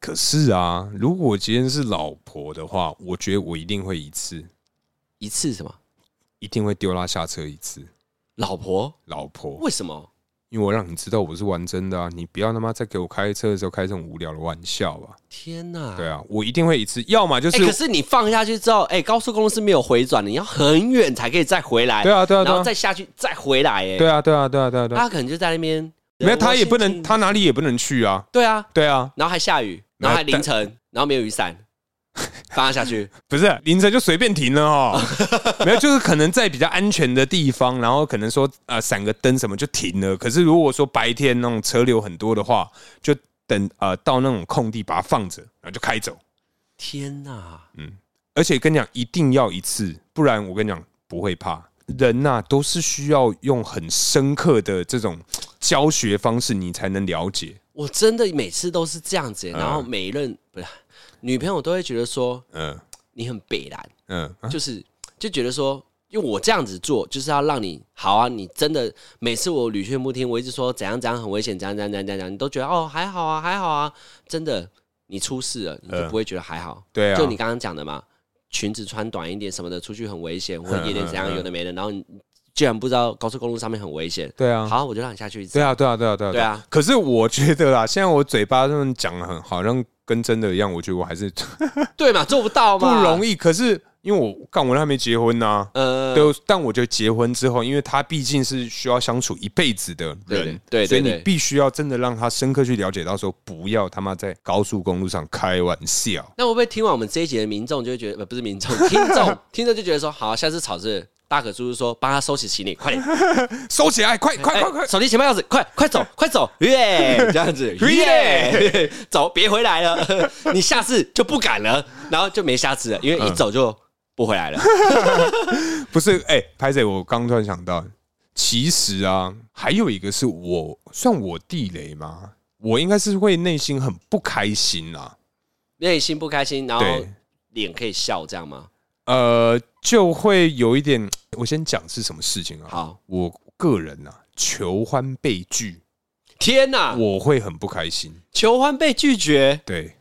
Speaker 1: 可是啊，如果今天是老婆的话，我觉得我一定会一次，
Speaker 2: 一次什么？
Speaker 1: 一定会丢他下车一次。
Speaker 2: 老婆？
Speaker 1: 老婆，
Speaker 2: 为什么？
Speaker 1: 因为我让你知道我是玩真的啊，你不要他妈再给我开车的时候开这种无聊的玩笑吧。
Speaker 2: 天哪！
Speaker 1: 对啊，我一定会一次，要么就
Speaker 2: 嗯哎、
Speaker 1: 是
Speaker 2: 可是你放下去之后，哎、高速公路是没有回转的，你要很远才可以再回来，
Speaker 1: 对啊对啊对
Speaker 2: 然
Speaker 1: 啊
Speaker 2: 后，再下去再回来、哎、
Speaker 1: 对啊，对啊，对啊，对啊，对啊，
Speaker 2: 他可能就在那边，
Speaker 1: 没有他也不
Speaker 2: 我
Speaker 1: 能，
Speaker 2: 先进
Speaker 1: 他哪里也不能去啊，
Speaker 2: 对啊，
Speaker 1: 对啊，
Speaker 2: 然后还下雨，然后还凌晨，然后没有 雨伞，放他下去，
Speaker 1: 不是凌晨就随便停了哦， 没有，就是可能在比较安全的地方，然后可能说啊闪个灯什么就停了。可是如果说白天那种车流很多的话，就等呃到那种空地把它放着，然后就开走。
Speaker 2: 天哪！
Speaker 1: 嗯而且跟你讲，一定要一次，不然我跟你讲不会怕，人呐、都是需要用很深刻的这种教学方式，你才能了解。
Speaker 2: 我真的每次都是这样子欸、然后每一任不是女朋友都会觉得说
Speaker 1: 嗯
Speaker 2: 你很北蓝，
Speaker 1: 嗯，啊
Speaker 2: 就是就觉得说，因为我这样子做就是要让你好啊，你真的每次我屡劝不听，我一直说怎样怎样很危险，怎样怎样怎样怎样，你都觉得哦还好啊还好啊，真的你出事了你就
Speaker 1: 嗯
Speaker 2: 不会觉得还好，
Speaker 1: 对啊，
Speaker 2: 就你刚刚讲的嘛，裙子穿短一点什么的，出去很危险，或者夜店怎样
Speaker 1: 嗯嗯
Speaker 2: 有的没的，然后你居然不知道高速公路上面很危险，
Speaker 1: 对啊，
Speaker 2: 好我就让你下去一次
Speaker 1: 对，啊，对啊，对啊，对啊，
Speaker 2: 对啊。
Speaker 1: 可是我觉得啦，现在我嘴巴这么讲的很好，像跟真的一样，我觉得我还 是
Speaker 2: 对嘛，做不到
Speaker 1: 不
Speaker 2: 嘛，
Speaker 1: 容
Speaker 2: 易，
Speaker 1: 易。可是因为我干，我还没结婚呐、
Speaker 2: 呃，
Speaker 1: 对，但我觉得结婚之后，因为他毕竟是需要相处一辈子的
Speaker 2: 对
Speaker 1: 人，
Speaker 2: 对对对
Speaker 1: 所以
Speaker 2: 对
Speaker 1: 你必须要真的让他深刻去了解到，说不要他妈在高速公路上开玩笑。
Speaker 2: 那会不会听完我们这一集的民众就会觉得，呃不是 民众，听众听众就觉得说，好，下次吵是大可叔叔说帮他收起行李， 快点，
Speaker 1: 收起来，快快
Speaker 2: 哎
Speaker 1: 快快！
Speaker 2: 手机钱包钥匙，快快 走，快走，耶，这样子，耶，走，别回来了， 你下次就不敢了，然后就没下次了，因为一走就不回
Speaker 1: 嗯
Speaker 2: 来了。
Speaker 1: 不是，哎、拍姐，我刚突然想到，其实啊，还有一个是我算我地雷吗？我应该是会内心很不开心啦、
Speaker 2: 内心不开心，然后
Speaker 1: 对
Speaker 2: 脸可以笑，这样吗？
Speaker 1: 呃，就会有一点。我先讲是什么事情啊？
Speaker 2: 好，
Speaker 1: 我个人啊，求欢被拒，
Speaker 2: 天哪，
Speaker 1: 我会很不开心。
Speaker 2: 求欢被拒绝，
Speaker 1: 对，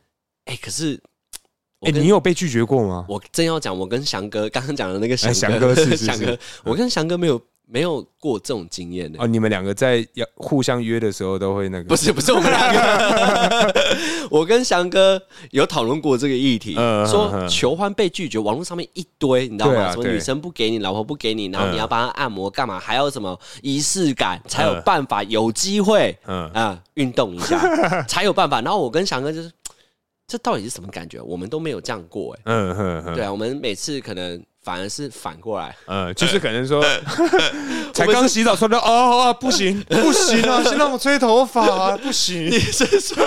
Speaker 2: 哎，可是，
Speaker 1: 哎、
Speaker 2: 我跟
Speaker 1: 你有被拒绝过吗？
Speaker 2: 我真要讲，我跟翔哥刚刚讲的那个翔
Speaker 1: 哎翔哥是是是
Speaker 2: 翔哥，我跟翔哥没有没有过这种经验呢、
Speaker 1: 哦，你们两个在要互相约的时候都会那个，
Speaker 2: 不是不是我们两个， 我跟翔哥有讨论过这个议题，
Speaker 1: 嗯
Speaker 2: 说求婚被拒绝，网络上面一堆，你知道
Speaker 1: 对
Speaker 2: 吗？
Speaker 1: 啊
Speaker 2: 什么
Speaker 1: 对
Speaker 2: 女生不给你，老婆不给你，然后
Speaker 1: 嗯
Speaker 2: 你要帮她按摩干嘛？还要什么仪式感，才有办法有机会
Speaker 1: 嗯，
Speaker 2: 啊运动 一下，才有办法。然后我跟翔哥就是，这到底是什么感觉？我们都没有这样过哎、
Speaker 1: 嗯哼哼，
Speaker 2: 对啊，我们每次可能反而是反过来。
Speaker 1: 呃，就是可能说， 才刚洗澡说的，哦哦，不 行不行啊，先让我吹头发啊，不行
Speaker 2: 你，是说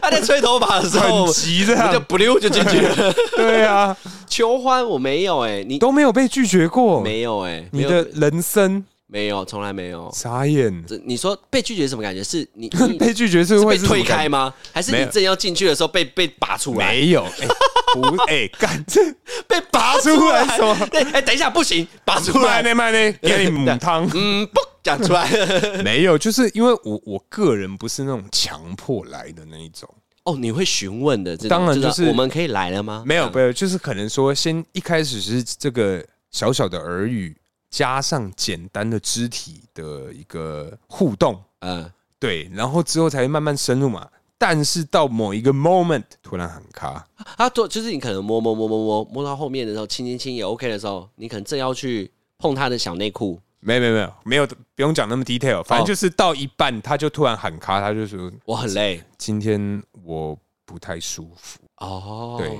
Speaker 2: 他在吹头发的时 候，
Speaker 1: 很
Speaker 2: 我
Speaker 1: 急这
Speaker 2: 们就
Speaker 1: 样，
Speaker 2: 不溜就进去了？
Speaker 1: 对啊，
Speaker 2: 求欢我没有哎、你
Speaker 1: 都没有被拒绝过，
Speaker 2: 没有哎、
Speaker 1: 你
Speaker 2: 没有
Speaker 1: 的人生
Speaker 2: 没有，从来没有。
Speaker 1: 傻眼，
Speaker 2: 这你说被拒绝什么感觉？是你你
Speaker 1: 被拒绝是
Speaker 2: 是
Speaker 1: 会
Speaker 2: 被
Speaker 1: 是什么
Speaker 2: 推
Speaker 1: 感
Speaker 2: 开吗？还是
Speaker 1: 没
Speaker 2: 你
Speaker 1: 有
Speaker 2: 正要进去的时候被被拔出来？
Speaker 1: 没有，哎、 不，哎、干这
Speaker 2: 被拔
Speaker 1: 出来什么？
Speaker 2: 对， 哎，等一下，不行，拔出
Speaker 1: 卖
Speaker 2: 来，
Speaker 1: 呢卖呢，给你母 汤
Speaker 2: 嗯，不讲 出来。
Speaker 1: 没有，就是因为我我个人不是那种强迫来的那一种，
Speaker 2: 哦，你会询问的，这种
Speaker 1: 当然就是
Speaker 2: 我们可以来了吗？嗯
Speaker 1: 没有没有，就是可能说先一开始是这个小小的耳语，加上简单的肢体的一个互动，
Speaker 2: 嗯，
Speaker 1: 对，然后之后才会慢慢深入嘛。但是到某一个 moment 突然喊卡，
Speaker 2: 啊，做就是你可能摸摸摸摸摸摸到后面的时候，亲亲亲也 OK 的时候，你可能正要去碰他的小内裤，
Speaker 1: 没有没有没有没有，不用讲那么 detail，反正就是到一半他就突然喊卡，他就说
Speaker 2: 我很累
Speaker 1: 今天我不太舒服，
Speaker 2: 哦。
Speaker 1: 对，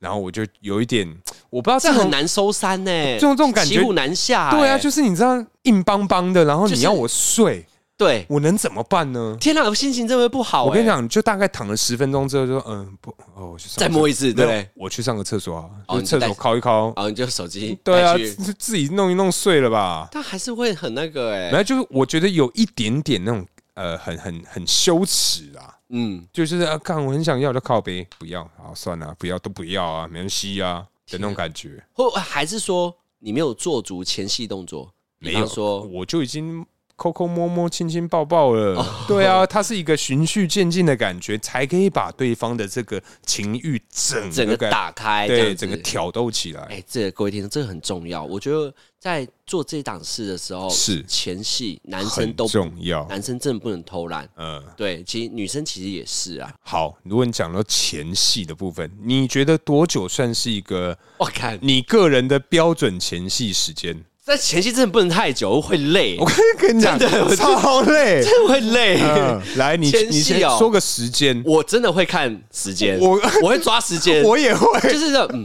Speaker 1: 然后我就有一点我不知道
Speaker 2: 这
Speaker 1: 种
Speaker 2: 很难收山呢、
Speaker 1: 这种这种感觉
Speaker 2: 骑虎难下、
Speaker 1: 对啊，
Speaker 2: 哎
Speaker 1: 就是你知道硬邦邦的，然后
Speaker 2: 就
Speaker 1: 你
Speaker 2: 是
Speaker 1: 要我睡，
Speaker 2: 对。
Speaker 1: 我能怎么办呢？
Speaker 2: 天哪，我心情真的不好、
Speaker 1: 我跟你
Speaker 2: 哎，
Speaker 1: 讲，就大概躺了十分钟之后，就说嗯不哦，我去上
Speaker 2: 再摸一次，对不
Speaker 1: 没
Speaker 2: 对
Speaker 1: 有？我去上个厕所啊，
Speaker 2: 哦
Speaker 1: 就厕所
Speaker 2: 你就带
Speaker 1: 敲一敲，
Speaker 2: 然后你就手机
Speaker 1: 对啊，
Speaker 2: 带去
Speaker 1: 自自己弄一弄睡了吧。
Speaker 2: 但还是会很那个哎、
Speaker 1: 然后就是我觉得有一点点那种呃，很很很羞耻啊，
Speaker 2: 嗯，
Speaker 1: 就是啊，看我很想要就靠呗，不要，好算了，不要都不要啊，没关系啊的那种感觉。
Speaker 2: 或还是说你没有做足前戏动作，
Speaker 1: 没
Speaker 2: 比
Speaker 1: 有
Speaker 2: 方说
Speaker 1: 我就已经抠抠摸摸、亲亲抱抱了。
Speaker 2: 哦
Speaker 1: 对啊，它是一个循序渐进的感觉，才可以把对方的这个情欲整
Speaker 2: 整个
Speaker 1: 感
Speaker 2: 打开，这样
Speaker 1: 对
Speaker 2: 子
Speaker 1: 整个挑逗起来。
Speaker 2: 哎、这个各位听众，这个很重要。我觉得在做这档事的时候，
Speaker 1: 是
Speaker 2: 前戏，哦男生
Speaker 1: 很
Speaker 2: 都
Speaker 1: 重要，
Speaker 2: 男生真的不能偷懒。
Speaker 1: 嗯，
Speaker 2: 对，其实女生其实也是啊。
Speaker 1: 好。如果你讲到前戏的部分，你觉得多久算是一个
Speaker 2: 我看
Speaker 1: 你个人的标准前戏时 间？
Speaker 2: 在前戏真的不能太久，会累
Speaker 1: 我，跟你讲，
Speaker 2: 真的我
Speaker 1: 超累。
Speaker 2: 真的会累。
Speaker 1: 嗯，来，你
Speaker 2: 前
Speaker 1: 你
Speaker 2: 戏
Speaker 1: 先
Speaker 2: 哦
Speaker 1: 说个时间，
Speaker 2: 我真的会看时间，
Speaker 1: 我
Speaker 2: 我 我会抓时 间，
Speaker 1: 我也会。
Speaker 2: 就是这嗯，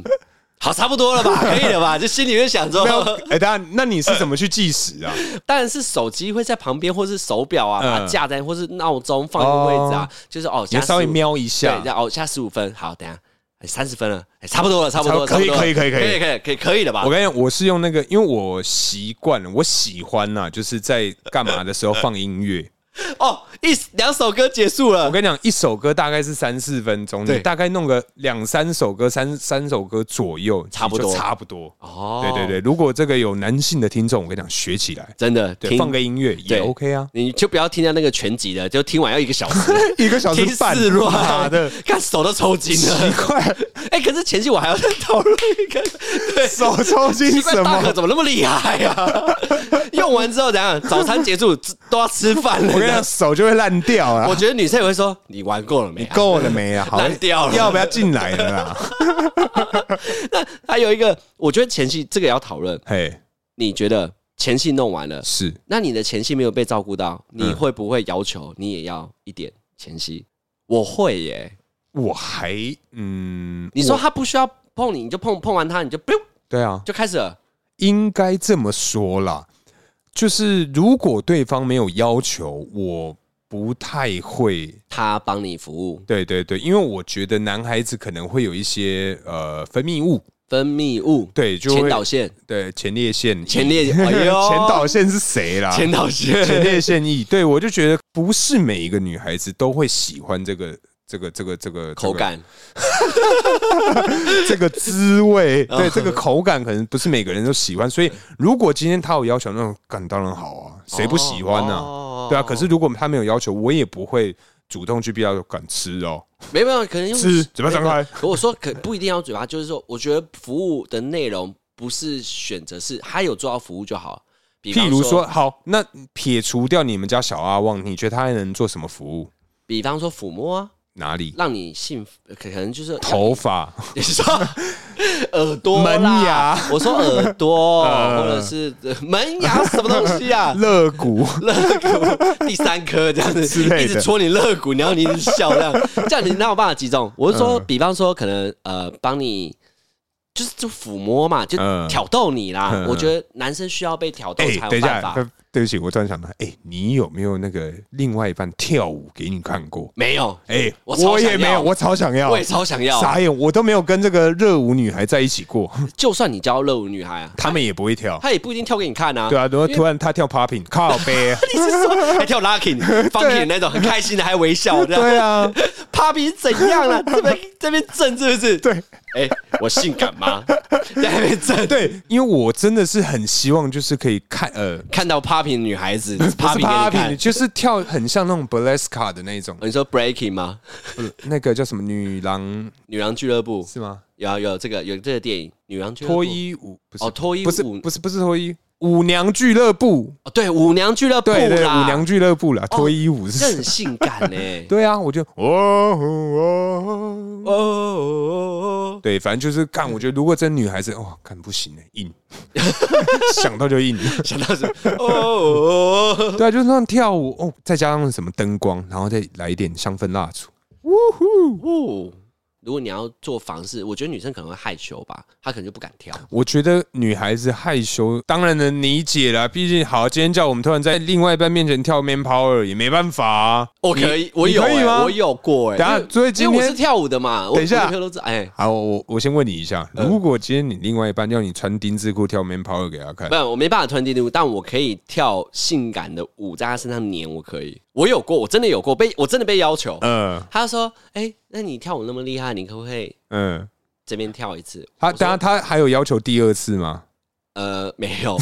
Speaker 2: 好，差不多 了吧，可以了吧？就心里面想
Speaker 1: 没有
Speaker 2: 说，，
Speaker 1: 哎，等一下，那你是怎么去计时 啊？
Speaker 2: 当然是手机会在旁边，或是手表啊，把它
Speaker 1: 嗯
Speaker 2: 架在，或是闹钟放一个位置啊，就是哦，
Speaker 1: 你
Speaker 2: 加
Speaker 1: 稍微
Speaker 2: 15
Speaker 1: 瞄一
Speaker 2: 对
Speaker 1: 下，，
Speaker 2: 然后哦，下十五分，好，等一下三十分了，哎差不多了，差不多了，
Speaker 1: 可以
Speaker 2: 差不多了
Speaker 1: 可以可以可以
Speaker 2: 可以可以可以可以了吧
Speaker 1: 我？跟你讲，我是用那个，因为我习惯了，我喜欢呐、就是在干嘛的时候放音乐。
Speaker 2: 哦，一两首歌结束
Speaker 1: 我
Speaker 2: 了，
Speaker 1: 跟你讲，一首歌大概是三四分钟，你
Speaker 2: 对
Speaker 1: 大概弄个两三首歌、三三首歌左右，
Speaker 2: 差不多
Speaker 1: 其实就差不多。
Speaker 2: 哦
Speaker 1: 对对，对，如果这个有男性的听众，我跟你讲，学起来，
Speaker 2: 真的
Speaker 1: 对，
Speaker 2: 听
Speaker 1: 放个音乐也
Speaker 2: 对
Speaker 1: OK 啊。
Speaker 2: 你就不要听到那个全集的，就听完要一个小时，
Speaker 1: 一个小时
Speaker 2: 听
Speaker 1: 半，
Speaker 2: 四乱
Speaker 1: 妈的，
Speaker 2: 看手都抽筋
Speaker 1: 奇
Speaker 2: 了。
Speaker 1: 怪，
Speaker 2: 哎、可是前期我还要再讨论一个，对，
Speaker 1: 手抽筋
Speaker 2: 奇怪
Speaker 1: 什
Speaker 2: 大可
Speaker 1: 么？
Speaker 2: 怎么那么厉害呀、用完之后怎样？早餐结束吃都要吃饭了。
Speaker 1: 我跟你讲，手就会烂掉啊
Speaker 2: 我！觉得女生也会说：“你玩够了没、啊？”
Speaker 1: 够了没啊？好
Speaker 2: 烂掉了
Speaker 1: 要不要进来了啦？
Speaker 2: 还有一个，我觉得前戏这个也要讨论。
Speaker 1: 嘿，
Speaker 2: 你觉得前戏弄完了，
Speaker 1: 是
Speaker 2: 那你的前戏没有被照顾到，
Speaker 1: 嗯
Speaker 2: 你会不会要求你也要一点前戏？我会耶。
Speaker 1: 我还嗯，
Speaker 2: 你说
Speaker 1: 我
Speaker 2: 他不需要碰你，你就碰碰完他，你就 biu
Speaker 1: 对啊，
Speaker 2: 就开始了。
Speaker 1: 应该这么说啦，就是如果对方没有要求，我不太会。
Speaker 2: 他帮你服务，
Speaker 1: 对对对，因为我觉得男孩子可能会有一些呃分泌物，
Speaker 2: 分泌物，
Speaker 1: 对，就
Speaker 2: 前导
Speaker 1: 会
Speaker 2: 线，
Speaker 1: 对前列腺液
Speaker 2: 前列，哎呦，
Speaker 1: 前导线是谁啦？
Speaker 2: 前导
Speaker 1: 前
Speaker 2: 线，
Speaker 1: 列腺液，对我就觉得不是每一个女孩子都会喜欢这个这个这个这个
Speaker 2: 口感，
Speaker 1: 这个滋味，
Speaker 2: 嗯
Speaker 1: 对这个口感可能不是每个人都喜欢，所以如果今天他有要求，那感当然好啊，谁不喜欢呢、
Speaker 2: 哦
Speaker 1: 对啊，可是如果他没有要求，我也不会主动去必要敢吃哦，
Speaker 2: 没有没有，可能用
Speaker 1: 吃嘴巴张开。
Speaker 2: 可我说可不一定要嘴巴，就是说，我觉得服务的内容不是选择，是他有做到服务就好。比方
Speaker 1: 譬如说，，好，那撇除掉你们家小阿旺，你觉得他还能做什么服务？
Speaker 2: 比方说抚摸啊，
Speaker 1: 哪里？
Speaker 2: 让你幸福，可可能就是
Speaker 1: 头，发、
Speaker 2: 你说耳朵、
Speaker 1: 门牙，
Speaker 2: 我说耳朵，
Speaker 1: 呃？
Speaker 2: 或者是呃门牙什么东西啊
Speaker 1: 肋骨，
Speaker 2: 肋骨第三颗这样子，
Speaker 1: 之类的
Speaker 2: 一直戳你肋骨，然后你一直笑这样，这样你哪有办法集中？我是说，比方说可能呃，帮你就是就抚摸嘛，就
Speaker 1: 嗯
Speaker 2: 挑逗你啦。
Speaker 1: 嗯
Speaker 2: 我觉得男生需要被挑逗
Speaker 1: 哎、
Speaker 2: 才
Speaker 1: 等
Speaker 2: 有
Speaker 1: 一
Speaker 2: 办
Speaker 1: 下
Speaker 2: 法。，
Speaker 1: 对不起，我突然想到，哎、你有没有那个另外一半跳舞给你看过？
Speaker 2: 没有，
Speaker 1: 哎、
Speaker 2: 我超
Speaker 1: 我
Speaker 2: 想
Speaker 1: 也没
Speaker 2: 要
Speaker 1: 有，我超想要，
Speaker 2: 我也超想要。
Speaker 1: 傻眼，我都没有跟这个热舞女孩在一起过，
Speaker 2: 就算你教热舞女孩啊，
Speaker 1: 他们也不会跳。
Speaker 2: 她也不一定跳给你看啊。
Speaker 1: 对啊，然后突然她跳 popping，靠背，啊
Speaker 2: 你是说还跳 locking、funky 的那种，很开心的，还微笑这样。
Speaker 1: 对啊，
Speaker 2: Papi 怎样了？这边这边震是不是？
Speaker 1: 对
Speaker 2: 哎，我性感吗？在那边震。
Speaker 1: 对，因为我真的是很希望，就是可以看呃，
Speaker 2: 看到 popping 女孩子
Speaker 1: 不是
Speaker 2: popping 给
Speaker 1: popping，
Speaker 2: 你看哦
Speaker 1: 就是跳很像那种 b a l e s c a 的那种，呃
Speaker 2: 你说 breaking 吗？
Speaker 1: 那个叫什么女郎
Speaker 2: 女郎俱乐部
Speaker 1: 是吗？
Speaker 2: 有啊有这个有这个电影《女郎俱乐部》
Speaker 1: 脱衣舞不是
Speaker 2: 哦脱衣舞
Speaker 1: 不是不是不是脱衣舞娘俱乐部，
Speaker 2: 哦对舞娘俱乐部
Speaker 1: 对对，
Speaker 2: 啦，
Speaker 1: 舞娘俱乐部啦，脱衣舞
Speaker 2: 这
Speaker 1: 是，
Speaker 2: 很性感呢、
Speaker 1: 对啊，我就哦哦
Speaker 2: 哦哦哦
Speaker 1: 对，反正就是干。我觉得如果真女孩子，哇，干不行哎、硬， 想到就硬。
Speaker 2: 哦，想到是哦哦哦哦，
Speaker 1: 对啊，就是那种跳舞哦，再加上什么灯光，然后再来一点香氛蜡烛。
Speaker 2: 哦如果你要做房事，我觉得女生可能会害羞吧，她可能就不敢跳。
Speaker 1: 我觉得女孩子害羞，当然能理解啦。毕竟好，今天叫我们突然在另外一半面前跳 man power 也没办法啊。
Speaker 2: 我可以，我
Speaker 1: 你
Speaker 2: 有、
Speaker 1: 可以
Speaker 2: 欸，
Speaker 1: 吗
Speaker 2: 我有过哎、
Speaker 1: 等下
Speaker 2: 因为
Speaker 1: 所以今天
Speaker 2: 因为我是跳舞的嘛，我
Speaker 1: 等一下
Speaker 2: 我女朋友都知道哎、
Speaker 1: 好，我我先问你一下，
Speaker 2: 嗯
Speaker 1: 如果今天你另外一半要你穿丁字裤跳 man power 给他看
Speaker 2: 不，，我 没办法穿低低舞，但我可以跳性感的舞，在他身上黏，我可以。我有过，我真的有过，被我真的被要求。
Speaker 1: 嗯
Speaker 2: 他说：“哎、那你跳舞那么厉害，你可不可以
Speaker 1: 嗯，
Speaker 2: 这边跳一次？”
Speaker 1: 他
Speaker 2: 我说
Speaker 1: 当然他还有要求第二次 吗？
Speaker 2: 呃，没有，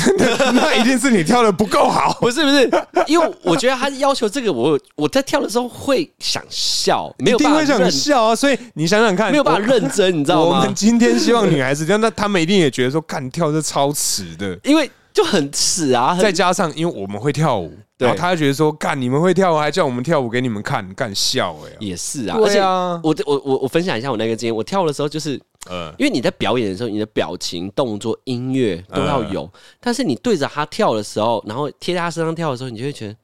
Speaker 1: 那一定是你跳的不够好。
Speaker 2: 不是不是，因为我觉得他要求这个，我我在跳的时候会想笑， 没
Speaker 1: 一
Speaker 2: 有
Speaker 1: 定
Speaker 2: 办法
Speaker 1: 会想
Speaker 2: 认，
Speaker 1: 笑啊！所以你想想看，
Speaker 2: 没有办法认真，你知道
Speaker 1: 我。我
Speaker 2: 吗
Speaker 1: 们？今天希望女孩子这样，那她们一定也觉得说，干跳是超耻的。
Speaker 2: 因为就很耻啊，很
Speaker 1: 再加上，因为我们会跳舞，
Speaker 2: 对
Speaker 1: 然后她就觉得说，干你们会跳舞，还叫我们跳舞给你们看，干笑哎、
Speaker 2: 也是啊，而
Speaker 1: 对
Speaker 2: 且
Speaker 1: 啊，
Speaker 2: 我我我我分享一下我那个经验，我跳的时候就是
Speaker 1: 呃，
Speaker 2: 因为你在表演的时候，你的表情、动作、音乐都要
Speaker 1: 嗯
Speaker 2: 有，但是你对着他跳的时候，然后贴在他身上跳的时候，你就会觉得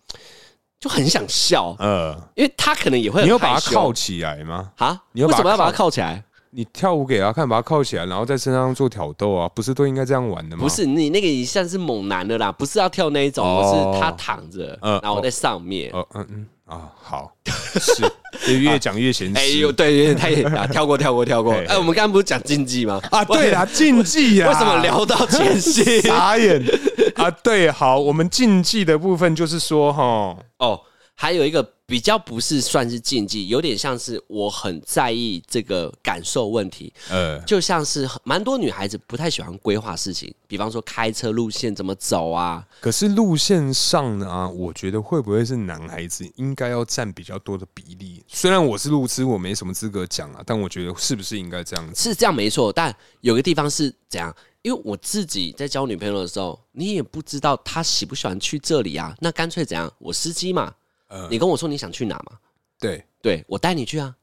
Speaker 2: 就很想笑，
Speaker 1: 呃，
Speaker 2: 因为他可能也会很
Speaker 1: 你有
Speaker 2: 害
Speaker 1: 把她
Speaker 2: 羞
Speaker 1: 铐起来吗？
Speaker 2: 啊？
Speaker 1: 你有
Speaker 2: 为
Speaker 1: 把他
Speaker 2: 什么要把他
Speaker 1: 铐
Speaker 2: 铐起来？
Speaker 1: 你跳舞给她看，把她铐起来，然后在身上做挑逗啊，不是都应该这样玩的吗？
Speaker 2: 不，是你那个一下是猛男的啦，不是要跳那一种，
Speaker 1: 哦
Speaker 2: 我是他躺着，
Speaker 1: 嗯
Speaker 2: 然后我在上面，
Speaker 1: 哦，嗯嗯，啊，好，是越讲越嫌
Speaker 2: 哎
Speaker 1: 弃
Speaker 2: 呦，对，有点太啊，跳过，跳过，跳 过。
Speaker 1: 嘿嘿
Speaker 2: 哎，我们刚刚不是讲禁忌吗？
Speaker 1: 啊，对啦，禁忌呀，？
Speaker 2: 为什么聊到前戏
Speaker 1: 傻眼啊？对，好，我们禁忌的部分就是说，哈，
Speaker 2: 哦，还有一个比较不是算是禁忌，有点像是我很在意这个感受问题，
Speaker 1: 呃，
Speaker 2: 就像是很蛮多女孩子不太喜欢规划事情，比方说开车路线怎么走啊，
Speaker 1: 可是路线上呢啊，我觉得会不会是男孩子应该要占比较多的比例？虽然我是路痴，我没什么资格讲啊，但我觉得是不是应该这样子？
Speaker 2: 是这样没错。但有个地方是怎样？因为我自己在交女朋友的时候，你也不知道她喜不喜欢去这里啊，那干脆怎样？我司机嘛，
Speaker 1: 呃，
Speaker 2: 你跟我说你想去哪嘛，
Speaker 1: 对
Speaker 2: 对我带你去啊，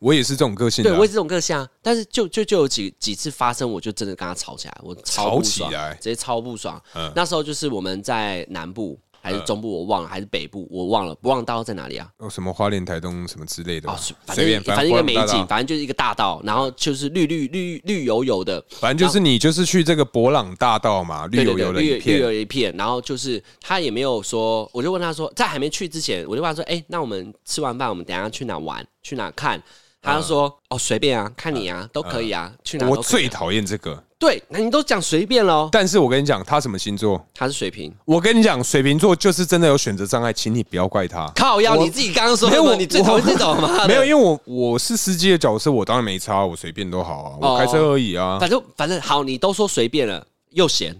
Speaker 1: 我也是这种个性的
Speaker 2: 对
Speaker 1: 啊、
Speaker 2: 我也是这种个性啊。但是就就就有几几次发生，我就真的跟他吵起来，我超
Speaker 1: 吵
Speaker 2: 不
Speaker 1: 起
Speaker 2: 爽。
Speaker 1: 来，
Speaker 2: 直接超不爽。
Speaker 1: 嗯
Speaker 2: 那时候就是我们在南部还是中部，我忘了，还是北部，我忘了，不忘道在哪里啊？
Speaker 1: 哦，什么花莲、台东什么之类的吧
Speaker 2: 哦，是，
Speaker 1: 啊
Speaker 2: 反
Speaker 1: 随便，
Speaker 2: 正反正一个美
Speaker 1: 花莲大
Speaker 2: 景，
Speaker 1: 道，
Speaker 2: 反正就是一个大道，然后就是绿绿绿绿油油的，
Speaker 1: 啊反正就是你就是去这个博朗大道嘛，绿
Speaker 2: 对
Speaker 1: 油
Speaker 2: 对
Speaker 1: 油
Speaker 2: 对，
Speaker 1: 的
Speaker 2: 绿
Speaker 1: 一
Speaker 2: 绿油
Speaker 1: 片，
Speaker 2: 油一片。然后就是他也没有说，我就问他说，在还没去之前，我就问他说，哎，那我们吃完饭，我们等一下去哪玩，去哪看？他就说：“哦，随便啊，看你啊，都可以啊，去哪都
Speaker 1: 我
Speaker 2: 可以啊
Speaker 1: 最讨厌这个。
Speaker 2: 对，那你都讲随便喽。
Speaker 1: 但是我跟你讲，他什么星座？
Speaker 2: 他是水瓶，
Speaker 1: 我跟你讲，水瓶座就是真的有选择障碍，请你不要怪他。
Speaker 2: 靠腰，你自己刚刚说的
Speaker 1: 没有
Speaker 2: 嘛
Speaker 1: 我
Speaker 2: 你最讨厌这种 嘛？
Speaker 1: 没有，因为我我是司机的角色，我当然没差，我随便都好啊，我开车而已啊。
Speaker 2: 反正反正好，你都说随便了，又嫌，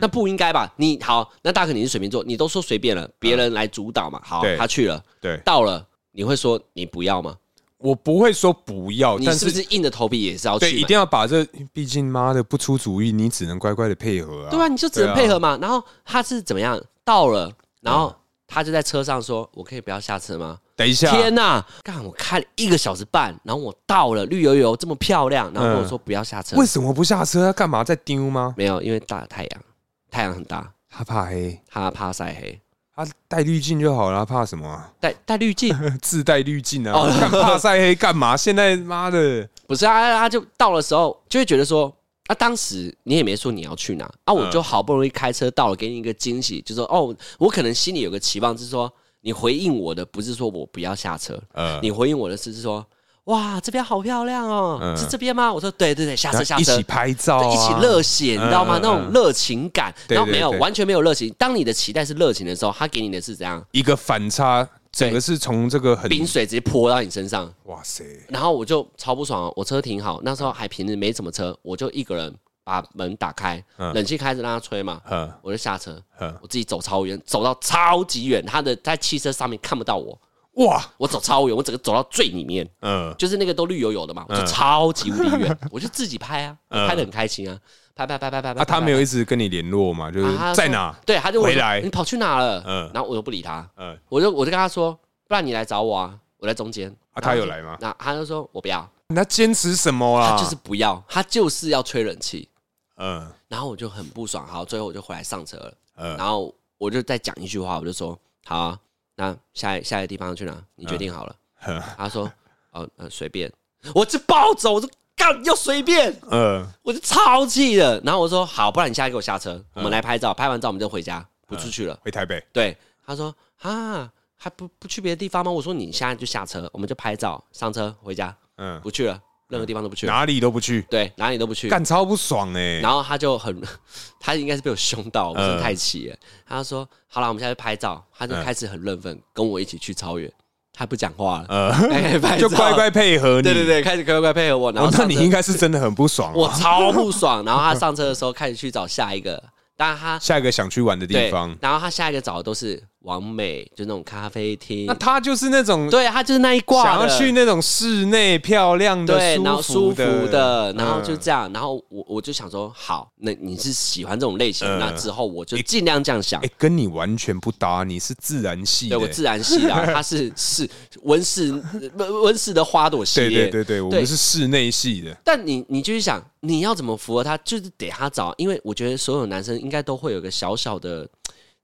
Speaker 2: 那不应该吧？你好，那大可你是水瓶座，你都说随便了，别人来主导嘛。好
Speaker 1: 对，
Speaker 2: 他去了，
Speaker 1: 对，
Speaker 2: 到了，你会说你不要吗？
Speaker 1: 我不会说不要，
Speaker 2: 你
Speaker 1: 但
Speaker 2: 是不是硬着头皮也是要
Speaker 1: 对，
Speaker 2: 去嘛？
Speaker 1: 一定要把这，毕竟妈的不出主意，你只能乖乖的配合啊。
Speaker 2: 对吧？啊嗯你就只能配合嘛。然后他是怎么样？到了，然后他就在车上说：“我可以不要下车吗？”
Speaker 1: 等一下，
Speaker 2: 天呐，干！我开了一个小时半，然后我到了，绿油油这么漂亮，然后跟我说不要下车
Speaker 1: 为，什么不下车？干嘛在丢吗？
Speaker 2: 没有，因为大太阳，太阳很大，
Speaker 1: 他怕黑，
Speaker 2: 他怕晒黑，
Speaker 1: 他戴滤镜就好了，他怕什么啊？
Speaker 2: 戴戴滤镜。
Speaker 1: 自带滤镜
Speaker 2: 哦
Speaker 1: 啊，干怕晒黑干嘛？现在妈的，
Speaker 2: 不是啊，他就到的时候就会觉得说，啊，当时你也没说你要去哪，啊，
Speaker 1: 嗯
Speaker 2: 我就好不容易开车到了，给你一个惊喜，就说哦，我可能心里有个期望，是说你回应我的不是说我不要下车，
Speaker 1: 呃，
Speaker 2: 你回应我的是是说，哇，这边好漂亮哦，
Speaker 1: 嗯
Speaker 2: 是这边吗？我说对对对，下车下
Speaker 1: 一
Speaker 2: 车
Speaker 1: 起。拍照、
Speaker 2: 对
Speaker 1: 啊，
Speaker 2: 一起热血，你知道
Speaker 1: 嗯
Speaker 2: 吗？
Speaker 1: 嗯
Speaker 2: 那种热情感，
Speaker 1: 对
Speaker 2: 然后没有
Speaker 1: 对对
Speaker 2: 完全没有热情。当你的期待是热情的时候，他给你的是怎样？
Speaker 1: 一个反差，整个是从这个很
Speaker 2: 冰水直接泼到你身上，
Speaker 1: 哇塞，
Speaker 2: 然后我就超不爽，我车停好，那时候还平日没什么车，我就一个人把门打开，
Speaker 1: 嗯
Speaker 2: 冷气开着让它吹嘛，
Speaker 1: 嗯
Speaker 2: 我就下车，
Speaker 1: 嗯，
Speaker 2: 我自己走超远，走到超级远，他的在汽车上面看不到我，
Speaker 1: 哇，
Speaker 2: 我走超远，我整个走到最里面，
Speaker 1: 嗯
Speaker 2: 就是那个都绿油油的嘛，我就超级无 敌远，我就自己拍啊，我拍的很开心啊，拍拍拍拍拍拍，
Speaker 1: 嗯啊，他
Speaker 2: 拍
Speaker 1: 没有
Speaker 2: 拍
Speaker 1: 一直跟你联络嘛，就是
Speaker 2: 啊他
Speaker 1: 在
Speaker 2: 说
Speaker 1: 哪？
Speaker 2: 对，他就问我
Speaker 1: 回
Speaker 2: 说
Speaker 1: 来
Speaker 2: 你跑去哪了？
Speaker 1: 嗯
Speaker 2: 然后我就不理他，
Speaker 1: 嗯，
Speaker 2: 我就我就跟他说，不然你来找我啊，我在中间，
Speaker 1: 啊，
Speaker 2: 然后
Speaker 1: 他有来吗？
Speaker 2: 那他就说我不要。
Speaker 1: 那坚持什么啊啦？
Speaker 2: 他就是不要，他就是要吹冷气。
Speaker 1: 嗯
Speaker 2: 然后我就很不爽，好，最后我就回来上车了。
Speaker 1: 嗯
Speaker 2: 然后我就再讲一句话，我就说：“好啊、那下一下一个地方要去哪？你决定好了。
Speaker 1: 嗯
Speaker 2: 他说：“哦，呃，随便。”我就暴走，我就干又随便，
Speaker 1: 嗯，
Speaker 2: 我就超气的。然后我说：“好，不然你现在给我下车，我们来拍照，拍完照我们就回家，
Speaker 1: 嗯
Speaker 2: 不出去了。
Speaker 1: 回台北，
Speaker 2: 对，他说：“啊，还不不去别的地方吗？”我说：“你现在就下车，我们就拍照，上车回家，
Speaker 1: 嗯，
Speaker 2: 不去了，任何地方都不去。”
Speaker 1: 哪里都不去，
Speaker 2: 对，哪里都不去。
Speaker 1: 干超不爽哎，
Speaker 2: 然后他就很， 他应该是被我凶到，我真的
Speaker 1: 嗯
Speaker 2: 太气了。他就说：“好了，我们现在去拍照。”他就开始很认份，跟我一起去超越。他不讲话了，
Speaker 1: 呃，
Speaker 2: 哎拍
Speaker 1: 就
Speaker 2: 照
Speaker 1: 乖乖配合你，
Speaker 2: 对对，对，开始乖乖配合我。然
Speaker 1: 哦
Speaker 2: 后，
Speaker 1: 那
Speaker 2: 上
Speaker 1: 你
Speaker 2: 车
Speaker 1: 应该是真的很不爽
Speaker 2: 我
Speaker 1: 啊。
Speaker 2: 超不爽。然后他上车的时候开始去找下一个，当然他
Speaker 1: 下一个想去玩的地
Speaker 2: 对
Speaker 1: 方，，
Speaker 2: 然后他下一个找的都是完美，就那种咖啡厅
Speaker 1: 那。他就是那种
Speaker 2: 对他就是那一挂
Speaker 1: 想要
Speaker 2: 的
Speaker 1: 去那种室内漂亮的、嗯
Speaker 2: 对，然后舒
Speaker 1: 舒
Speaker 2: 服的，然后就这样，然后我我就想说，好，那你是喜欢这种类型，
Speaker 1: 嗯
Speaker 2: 那之后我就尽量这样想
Speaker 1: 哎、。跟你完全不搭，你是自然系的、
Speaker 2: 对我自然系啦，它是是温室呃温温室的花朵系
Speaker 1: 对
Speaker 2: 列。
Speaker 1: 对对对，我
Speaker 2: 对
Speaker 1: 们是室内系的，
Speaker 2: 但你你就是想，你要怎么符合他，就是得他找，因为我觉得所有男生应该都会有个小小的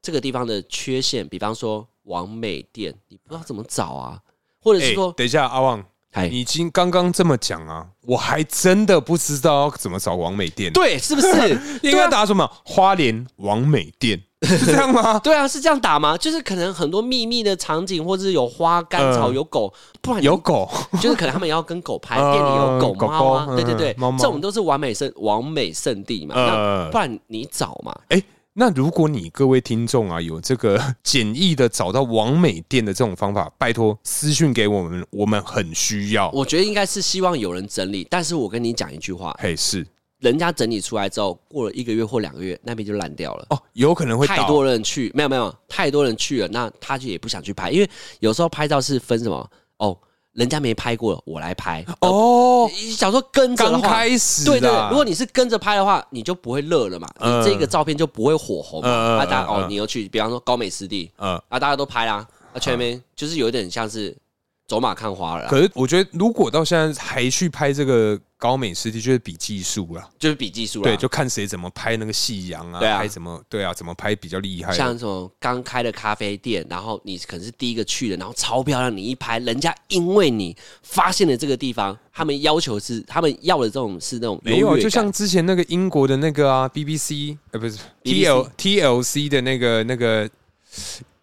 Speaker 2: 这个地方的缺陷，比方说完美店，你不知道怎么找啊，或者
Speaker 1: 哎、
Speaker 2: 是说，
Speaker 1: 等一下，阿旺，
Speaker 2: 哎，
Speaker 1: 你今刚刚这么讲啊，我还真的不知道要怎么找王美店，
Speaker 2: 对，是不是？啊
Speaker 1: 应该打什么花莲王美店，是这样吗？
Speaker 2: 对啊，是这样打吗？就是可能很多秘密的场景，或者是有花、甘草、
Speaker 1: 嗯
Speaker 2: 有狗，不然你
Speaker 1: 有 狗，
Speaker 2: 就是可能他们也要 跟狗拍，
Speaker 1: 嗯
Speaker 2: 店里有狗
Speaker 1: 狗狗
Speaker 2: 猫啊，
Speaker 1: 嗯
Speaker 2: 对对对，
Speaker 1: 猫猫
Speaker 2: 这种都是完美圣完美圣地嘛，那
Speaker 1: 呃
Speaker 2: 不，然你找嘛，
Speaker 1: 哎、那如果你各位听众啊有这个简易的找到完美店的这种方法，拜托私讯给我们，我们很需要。
Speaker 2: 我觉得应该是希望有人整理，但是我跟你讲一句话，
Speaker 1: 嘿，是
Speaker 2: 人家整理出来之后，过了一个月或两个月，那边就烂掉了。
Speaker 1: 哦，有可能会
Speaker 2: 太
Speaker 1: 倒
Speaker 2: 多人去，没有没有，太多人去了，那他就也不想去拍，因为有时候拍照是分什么哦，人家没拍过，我来拍。
Speaker 1: 哦，
Speaker 2: 想说跟着的
Speaker 1: 刚
Speaker 2: 话，
Speaker 1: 开始
Speaker 2: 对对，
Speaker 1: 啦
Speaker 2: 如果你是跟着拍的话，你就不会热了嘛，
Speaker 1: 嗯
Speaker 2: 你这个照片就不会火红嘛。
Speaker 1: 嗯嗯
Speaker 2: 啊，大家
Speaker 1: 嗯
Speaker 2: 哦，
Speaker 1: 嗯
Speaker 2: 你又去，比方说高美湿地
Speaker 1: 呃，
Speaker 2: 啊，大家都拍啦，啊，全面就是有点像是走马看花了啦，
Speaker 1: 嗯可是我觉得如果到现在还去拍这个高美湿地，就是比技术啦，
Speaker 2: 就是比技术啦。
Speaker 1: 对，就看谁怎么拍那个夕阳啊，
Speaker 2: 啊对啊
Speaker 1: 拍怎么对啊，怎么拍比较厉害。
Speaker 2: 像什么刚开的咖啡店，然后你可能是第一个去的，然后超漂亮，你一拍，人家因为你发现了这个地方，他们要求是他们要的这种是那种
Speaker 1: 没有
Speaker 2: 优
Speaker 1: 啊，
Speaker 2: 越
Speaker 1: 就
Speaker 2: 感
Speaker 1: 像之前那个英国的那个啊，BBC 呃不是 T
Speaker 2: BBC
Speaker 1: L T L C 的那个那个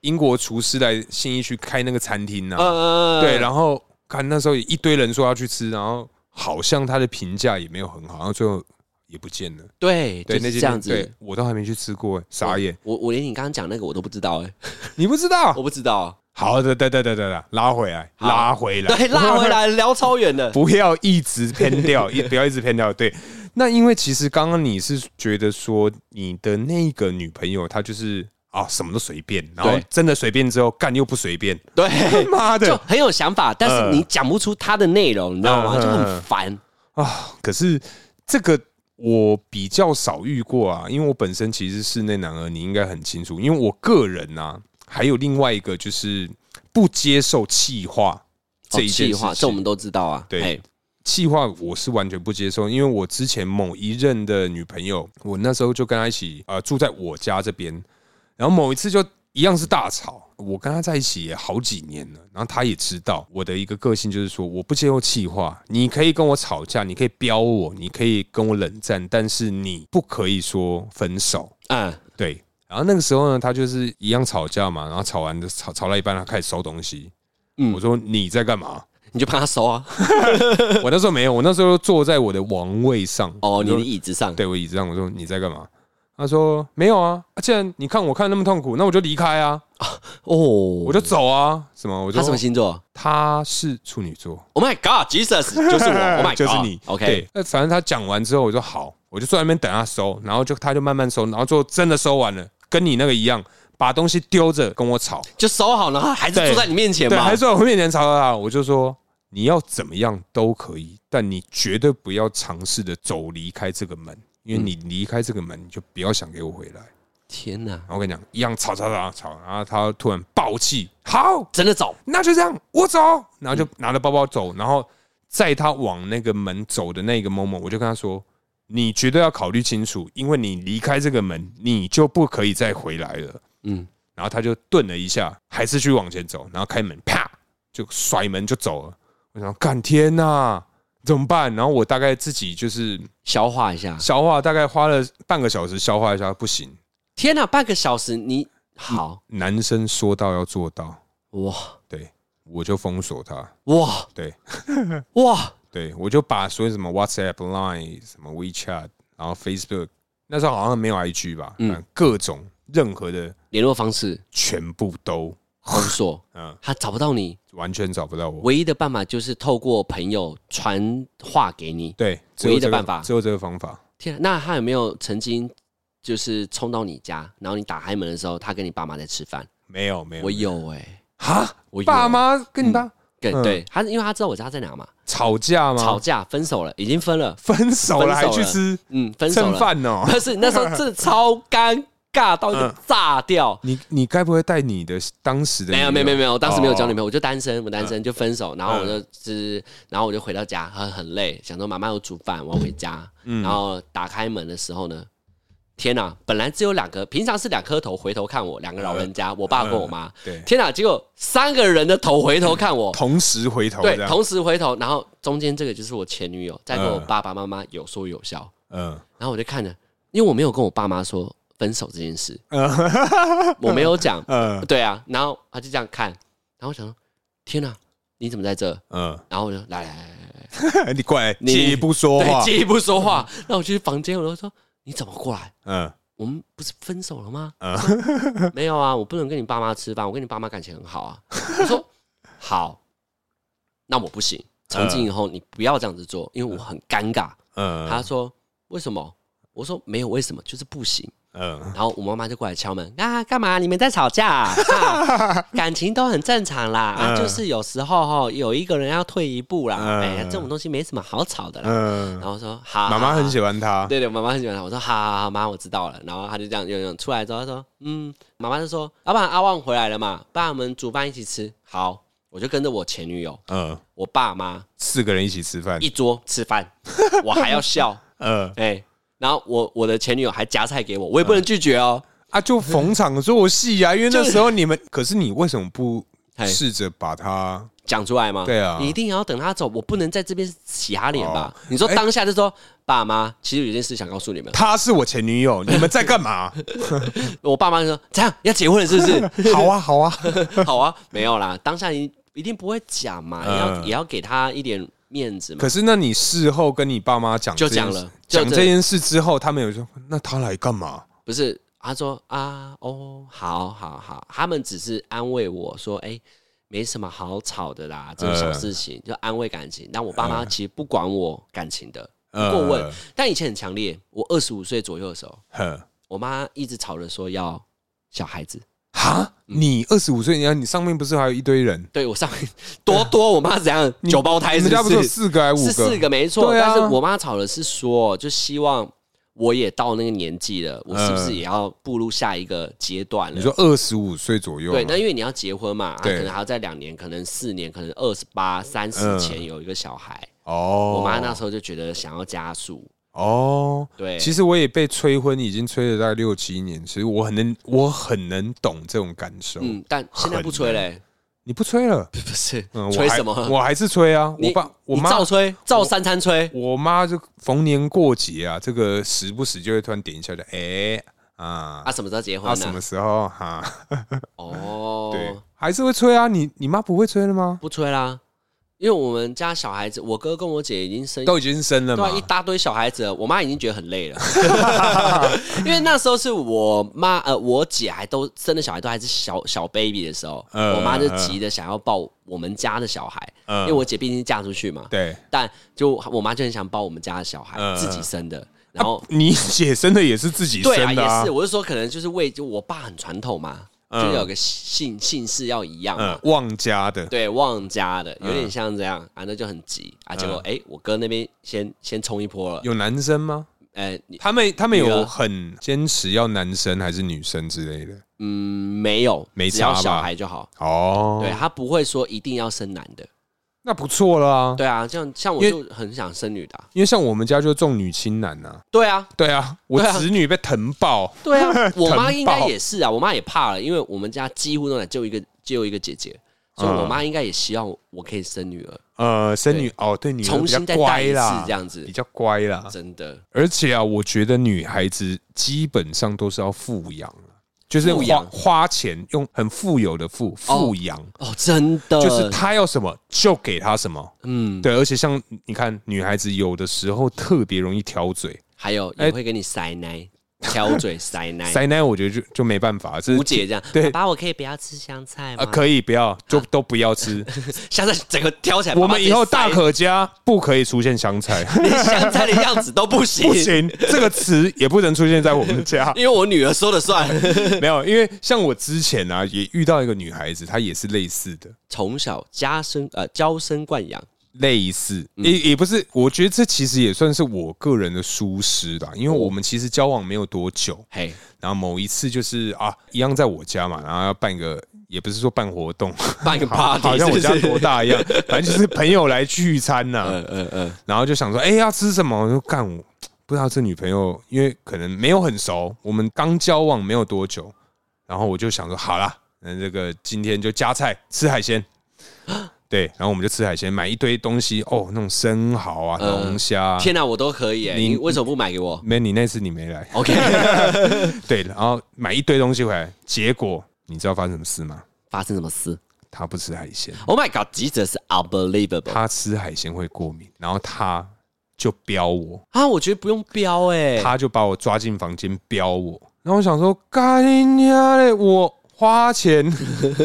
Speaker 1: 英国厨师来信义区开那个餐厅啊，
Speaker 2: 呃
Speaker 1: 对，然后看那时候也一堆人说要去吃，然后好像他的评价也没有很好，然后最后也不见了。
Speaker 2: 对
Speaker 1: 对，
Speaker 2: 就
Speaker 1: 那
Speaker 2: 是
Speaker 1: 间
Speaker 2: 这样
Speaker 1: 店对
Speaker 2: 子。哦
Speaker 1: 我都还没去吃过、欸，傻眼，
Speaker 2: 我我连你刚刚讲那个我都不知道 哎、
Speaker 1: 你不知道？
Speaker 2: 我不知道，
Speaker 1: 好的，对对对对对，拉回来，
Speaker 2: 好
Speaker 1: 拉回来，
Speaker 2: 对，拉回 来聊超远的，
Speaker 1: 不要一直偏掉，一不要一直偏掉。对，那因为其实刚刚你是觉得说你的那个女朋友她就是啊什么都随便，然后
Speaker 2: 对
Speaker 1: 真的随便之后干又不随 便，
Speaker 2: 对，
Speaker 1: 妈
Speaker 2: 就
Speaker 1: 的
Speaker 2: 很有想法，但是
Speaker 1: 呃
Speaker 2: 你讲不出它的内容，你知道吗？
Speaker 1: 嗯嗯嗯
Speaker 2: 就很烦。
Speaker 1: 啊！可是这个我比较少遇过啊，因为我本身其实是室内男儿，你应该很清楚。因为我个人啊，还有另外一个就是不接受气话这一件
Speaker 2: 句
Speaker 1: 事
Speaker 2: 哦话，
Speaker 1: 情。
Speaker 2: 这我们都知道啊。
Speaker 1: 对
Speaker 2: 嘿，
Speaker 1: 气话我是完全不接受，因为我之前某一任的女朋友，我那时候就跟她一起呃住在我家这边，然后某一次就一样是大吵，我跟她在一起也好几年了，然后她也知道我的一个个性就是说我不接受气话，你可以跟我吵架，你可以飙我，你可以跟我冷战，但是你不可以说分手，
Speaker 2: 嗯，
Speaker 1: 对。然后那个时候呢，她就是一样吵架嘛，然后吵完吵吵到一半，她开始收东西，
Speaker 2: 嗯
Speaker 1: 我说你在干嘛？
Speaker 2: 你就帮他收啊。
Speaker 1: 我那时候没有，我那时候坐在我的王位上。
Speaker 2: 哦，
Speaker 1: 我
Speaker 2: 你
Speaker 1: 就
Speaker 2: 的椅子上。
Speaker 1: 对我椅子上，我说你在干嘛？他说没有啊，啊既然你看我看那么痛苦，那我就离开啊，
Speaker 2: 哦，
Speaker 1: 我
Speaker 2: 我
Speaker 1: 就走 啊，什么？我就
Speaker 2: 他什么星座？
Speaker 1: 他是处女 座，
Speaker 2: Oh my God, Jesus，就 是我，Oh my God，
Speaker 1: 就是你。
Speaker 2: OK，
Speaker 1: 对那反正他讲完之后，我说好，我就坐在那边等他收，然后就他就慢慢收，然后最后真的收完了，跟你那个一样，把东西丢着跟我吵，
Speaker 2: 就收好，然后还是
Speaker 1: 对
Speaker 2: 坐在你面前
Speaker 1: 啊对，
Speaker 2: 嘛
Speaker 1: 还。是我面前吵吵吵，我就说。你要怎么样都可以，但你绝对不要尝试的走离开这个门，因为你离开这个门，你就不要想给我回来。
Speaker 2: 天哪，
Speaker 1: 然后我跟你讲，一样吵吵吵吵，然后他突然暴气，好，
Speaker 2: 真的走，
Speaker 1: 那就这样，我走，然后就拿着包包走，然后在他往那个门走的那个 moment，我就跟他说，你绝对要考虑清楚，因为你离开这个门，你就不可以再回来了。
Speaker 2: 嗯，
Speaker 1: 然后他就顿了一下，还是去往前走，然后开门，啪，就甩门就走了。我想，干天呐，怎么办？然后我大概自己就是
Speaker 2: 消化一下。
Speaker 1: 消化，大概花了半个小时消化一下，不行，
Speaker 2: 天哪，半个小时你好
Speaker 1: 男生说到要做到。
Speaker 2: 哇
Speaker 1: 对，我就封锁他。
Speaker 2: 哇
Speaker 1: 嗯对，
Speaker 2: 哇，
Speaker 1: 对我就把所有什么 WhatsApp、Line、什么 WeChat，然后 Facebook，那时候好像没有 IG 吧，
Speaker 2: 嗯
Speaker 1: 嗯，各种任何的
Speaker 2: 联络方式
Speaker 1: 全部都，
Speaker 2: 封锁，
Speaker 1: 嗯，
Speaker 2: 他找不到你，
Speaker 1: 完全找不到我。
Speaker 2: 唯一的办法就是透过朋友传话给你。
Speaker 1: 对，只有
Speaker 2: 唯一的
Speaker 1: 这个
Speaker 2: 办法
Speaker 1: 只有这个方法。
Speaker 2: 天哪，那他有没有曾经就是冲到你家，然后你打开门的时候，他跟你爸妈在吃饭？
Speaker 1: 没有，没有，
Speaker 2: 我有哎，
Speaker 1: 哈，
Speaker 2: 我有
Speaker 1: 爸妈跟你爸
Speaker 2: 对
Speaker 1: 嗯
Speaker 2: 对，他因为他知道我家在哪嘛，
Speaker 1: 吵架吗？
Speaker 2: 吵架分手了，已经分了，
Speaker 1: 分手
Speaker 2: 分手
Speaker 1: 了还去
Speaker 2: 了
Speaker 1: 吃
Speaker 2: 嗯，分手
Speaker 1: 蹭
Speaker 2: 了。
Speaker 1: 饭哦？
Speaker 2: 但是那时候真的超尴尬到一
Speaker 1: 嗯
Speaker 2: 个炸掉。
Speaker 1: 你你该不会带你的当时的
Speaker 2: 没有
Speaker 1: 女
Speaker 2: 没有没
Speaker 1: 友
Speaker 2: 有没有，当时没有交女
Speaker 1: 哦嗯
Speaker 2: 朋友，我就单身，我单身就分手，然后我就是，然后我就回到家，很很累，想说妈妈有煮饭，我要回家。
Speaker 1: 嗯
Speaker 2: 然后打开门的时候呢，天哪！本来只有两个，平常是两颗头回头看我，两个老人
Speaker 1: 嗯
Speaker 2: 家，我爸跟我妈。
Speaker 1: 对
Speaker 2: 天哪！结果三个人的头回头看我，
Speaker 1: 同时回头
Speaker 2: 对
Speaker 1: 这，样
Speaker 2: 同时回头，然后中间这个就是我前女友在跟我爸爸妈妈有说有笑，
Speaker 1: 嗯
Speaker 2: 然后我就看着，因为我没有跟我爸妈说分手这 件事，
Speaker 1: 呃，
Speaker 2: 我没有讲
Speaker 1: 呃
Speaker 2: 对啊，然后他就这样看，然后我想说，天哪、你怎么在这？
Speaker 1: 呃，
Speaker 2: 然后我就来来来来来，
Speaker 1: 嗯 你过来，
Speaker 2: 你
Speaker 1: 既不说
Speaker 2: 对，
Speaker 1: 话，
Speaker 2: 进一步说话，那我去房间，我就说你怎么过来？
Speaker 1: 嗯
Speaker 2: 我们不是分手了吗？
Speaker 1: 嗯
Speaker 2: 没有啊，我不能跟你爸妈吃饭，我跟你爸妈感情很好啊。我说好，那我不行，从今以后你不要这样子做，因为我很尴尬。他
Speaker 1: 嗯
Speaker 2: 说为什么？我说没有为什么，就是不行。
Speaker 1: 嗯，
Speaker 2: 然后我妈妈就过来敲门啊，干嘛？你们在吵架啊、啊？感情都很正常啦，啊，
Speaker 1: 嗯
Speaker 2: 就是有时候哈，有一个人要退一步啦，
Speaker 1: 嗯
Speaker 2: 哎呀，这种东西没什么好吵的啦。然
Speaker 1: 嗯，
Speaker 2: 后我说好，
Speaker 1: 妈妈
Speaker 2: 好
Speaker 1: 很喜欢他，
Speaker 2: 对对，我妈妈很喜欢他。我说好好好，妈，我知道了。然后他就这样用用出来之后，他说嗯，妈妈就说，要不然阿旺回来了嘛，爸我们煮饭一起吃。好，我就跟着我前女友，
Speaker 1: 嗯，
Speaker 2: 我爸妈
Speaker 1: 四个人一起吃饭，
Speaker 2: 一桌吃饭，我还要笑，
Speaker 1: 嗯
Speaker 2: 哎、然后我我的前女友还夹菜给我，我也不能拒绝哦。
Speaker 1: 啊，就逢场作戏 啊，因为那
Speaker 2: 就是
Speaker 1: 时候你们，可是你为什么不
Speaker 2: 嘿
Speaker 1: 试着把它？
Speaker 2: 讲出来嘛，
Speaker 1: 对啊
Speaker 2: 你一定要等他走，我不能在这边洗他脸吧？
Speaker 1: 哦
Speaker 2: 你说
Speaker 1: 哎
Speaker 2: 当下就说、爸妈，其实有件事想告诉你们，
Speaker 1: 她是我前女 友，你们在干嘛？
Speaker 2: 我爸妈就说这样要结婚了是不是？
Speaker 1: 好啊，好啊，
Speaker 2: 好啊，没有啦，当下你一定不会讲嘛，也要也要给他一点面子嘛
Speaker 1: 嗯可。是，那你事后跟你爸妈讲
Speaker 2: 就
Speaker 1: 这件
Speaker 2: 讲
Speaker 1: 事
Speaker 2: 了就
Speaker 1: 讲
Speaker 2: 这
Speaker 1: 这件事之后，他们有说，那他来干嘛？
Speaker 2: 不是，他说啊，哦，好好好，他们只是安慰我说，哎、没什么好吵的啦，这种小事
Speaker 1: 嗯
Speaker 2: 情、就安慰感情。但我爸妈其实不管我感情的，不过问。
Speaker 1: 呃
Speaker 2: 但以前很强烈，我二十五岁左右的时候，
Speaker 1: 呵
Speaker 2: 我妈一直吵着说要小孩子。
Speaker 1: 哈，你二十五岁，你看你上面不是还有一堆人？
Speaker 2: 对我上面 多多，我妈怎样
Speaker 1: 你
Speaker 2: 九胞胎
Speaker 1: 你
Speaker 2: 是
Speaker 1: 们家不
Speaker 2: 不
Speaker 1: 是
Speaker 2: 是
Speaker 1: 有？四个还五
Speaker 2: 是
Speaker 1: 个？
Speaker 2: 四个没错，
Speaker 1: 对啊
Speaker 2: 但是我妈吵的是说，就希望我也到那个年纪了，我是不是也要步入下一个阶段
Speaker 1: 嗯
Speaker 2: 了？
Speaker 1: 你说二十五岁左右吗？
Speaker 2: 对，那因为你要结婚嘛，啊可
Speaker 1: 对
Speaker 2: 能还要在两年，可能四年，可能二十八、三十
Speaker 1: 嗯
Speaker 2: 前有一个小孩。
Speaker 1: 哦，
Speaker 2: 我妈那时候就觉得想要加速，
Speaker 1: 哦，
Speaker 2: 对，
Speaker 1: 其实我也被催婚，已经催了大概六七年，其实我很能，我很能懂这种感受。
Speaker 2: 嗯，但现在不吹嘞，
Speaker 1: 你不催了，
Speaker 2: 不是
Speaker 1: 嗯，
Speaker 2: 吹
Speaker 1: 我还
Speaker 2: 什么？
Speaker 1: 我还是催啊，
Speaker 2: 你
Speaker 1: 我爸我
Speaker 2: 你
Speaker 1: 妈
Speaker 2: 照吹，照三餐吹，
Speaker 1: 我妈就逢年过节啊，这个时不时就会突然点一下的，哎、啊
Speaker 2: 啊，什么时候结婚
Speaker 1: 啊，什么
Speaker 2: 呢？
Speaker 1: 时候哈、对
Speaker 2: 哦，，
Speaker 1: 还是会催啊。你你妈不会催了吗？
Speaker 2: 不吹啦，因为我们家小孩子，我哥跟我姐已经生
Speaker 1: 都已经生了
Speaker 2: 对
Speaker 1: 嘛
Speaker 2: 啊，，一大堆小孩子了，我妈已经觉得很累 了，因为那时候是我妈呃，我姐还都生的小孩都还是小小 baby 的时候，
Speaker 1: 嗯
Speaker 2: 我妈就急着想要抱我们家的小孩，
Speaker 1: 嗯
Speaker 2: 因为我姐毕竟嫁出去嘛，
Speaker 1: 对，
Speaker 2: 但就我妈就很想抱我们家的小孩，
Speaker 1: 嗯
Speaker 2: 自己生的，然后。
Speaker 1: 啊你姐生的也是自己
Speaker 2: 对啊，
Speaker 1: 生的
Speaker 2: 也是，我是说，可能就是为就我爸很传统嘛，就
Speaker 1: 嗯
Speaker 2: 要有个姓姓氏要一样嘛，
Speaker 1: 嗯，旺家 的，
Speaker 2: 啊对，旺家的有
Speaker 1: 嗯
Speaker 2: 点像这样啊，那就很急啊。结果哎、我哥那边先先冲一波了，
Speaker 1: 有男生吗？
Speaker 2: 哎、
Speaker 1: 他们他们
Speaker 2: 女儿
Speaker 1: 有很坚持要男生还是女生之类的
Speaker 2: 嗯，没有，
Speaker 1: 没
Speaker 2: 只要
Speaker 1: 差吧
Speaker 2: 小孩就好。
Speaker 1: 哦，
Speaker 2: 对，啊他不会说一定要生男的，
Speaker 1: 那不错了啊。
Speaker 2: 对啊，这样像我
Speaker 1: 因
Speaker 2: 就很想生女的啊、
Speaker 1: 因为像我们家就重女轻男呐、啊，
Speaker 2: 对啊，
Speaker 1: 对啊，我
Speaker 2: 对啊
Speaker 1: 子女被疼爆，
Speaker 2: 对 啊，我妈应该
Speaker 1: 爆
Speaker 2: 也是啊，我妈也怕了，因为我们家几乎都在就一个就一个姐姐，
Speaker 1: 嗯
Speaker 2: 所以我妈应该也希望我可以生女儿，
Speaker 1: 呃，生女哦，对女儿
Speaker 2: 重
Speaker 1: 比较
Speaker 2: 新再带
Speaker 1: 乖
Speaker 2: 一次
Speaker 1: 啦，
Speaker 2: 这样子
Speaker 1: 比，较乖啦。
Speaker 2: 真的
Speaker 1: 而且啊，我觉得女孩子基本上都是要富养啊就是
Speaker 2: 富
Speaker 1: 花
Speaker 2: 养
Speaker 1: 花钱，用很富有的富富养，
Speaker 2: 哦，真的
Speaker 1: 就是她要什么就给她什么。
Speaker 2: 嗯，
Speaker 1: 对，而且像你看，女孩子有的时候特别容易挑嘴，
Speaker 2: 还有
Speaker 1: 哎
Speaker 2: 也会给你塞奶、 挑嘴、塞奶、
Speaker 1: 塞奶，我觉得就就没办法，这
Speaker 2: 吴
Speaker 1: 是
Speaker 2: 姐这样，
Speaker 1: 对
Speaker 2: 爸爸，我可以不要吃香菜吗？
Speaker 1: 啊，可以不要就都不要 吃。
Speaker 2: 香菜整个挑起来，
Speaker 1: 我
Speaker 2: 爸爸
Speaker 1: 们
Speaker 2: 直
Speaker 1: 以
Speaker 2: 接
Speaker 1: 后
Speaker 2: 塞
Speaker 1: 大可家不可以出现香 菜。
Speaker 2: 连 香菜的样子都不行
Speaker 1: 不行，这个词也不能出现在我们家。
Speaker 2: 因为我女儿说了算。
Speaker 1: 没有，因为像我之前啊，也遇到一个女孩子，她也是类似的，
Speaker 2: 从小家生呃娇生惯养，
Speaker 1: 类似
Speaker 2: 嗯
Speaker 1: 也也不是，我觉得这其实也算是我个人的疏失啦，因
Speaker 2: 哦
Speaker 1: 为我们其实交往没有多久，
Speaker 2: 嘿，
Speaker 1: 然后某一次就是啊，一样在我家嘛，然后要办个，也不是说办活 动，
Speaker 2: 办个
Speaker 1: 好
Speaker 2: party，
Speaker 1: 好像我家
Speaker 2: 是不是
Speaker 1: 多大一样，反正就是朋友来聚餐呐、
Speaker 2: 嗯嗯嗯，
Speaker 1: 然后就想说，哎、要吃什么？我就干我。不知道这女朋友，因为可能没有很熟，我们刚交往没有多 久，然后我就想说，好啦，那这个今天就加菜吃海鲜。对，然后我们就吃海鲜，买一堆东西哦，那种生蚝啊、
Speaker 2: 嗯
Speaker 1: 龙虾啊。嗯
Speaker 2: 天哪，我都可以哎，
Speaker 1: 你
Speaker 2: 你为什么不买给我
Speaker 1: 没，你那次你没来，
Speaker 2: ？OK，
Speaker 1: 对，然后买一堆东西回来，结果你知道发生什么事吗？
Speaker 2: 发生什么事
Speaker 1: 他不吃海鲜，
Speaker 2: ？Oh my god，记者是 unbelievable
Speaker 1: 他吃海鲜会过敏，然后他就飙我，
Speaker 2: 啊！我觉得不用标哎，
Speaker 1: 他就把我抓进房间飙我，然后我想说，干你娘嘞，我花钱，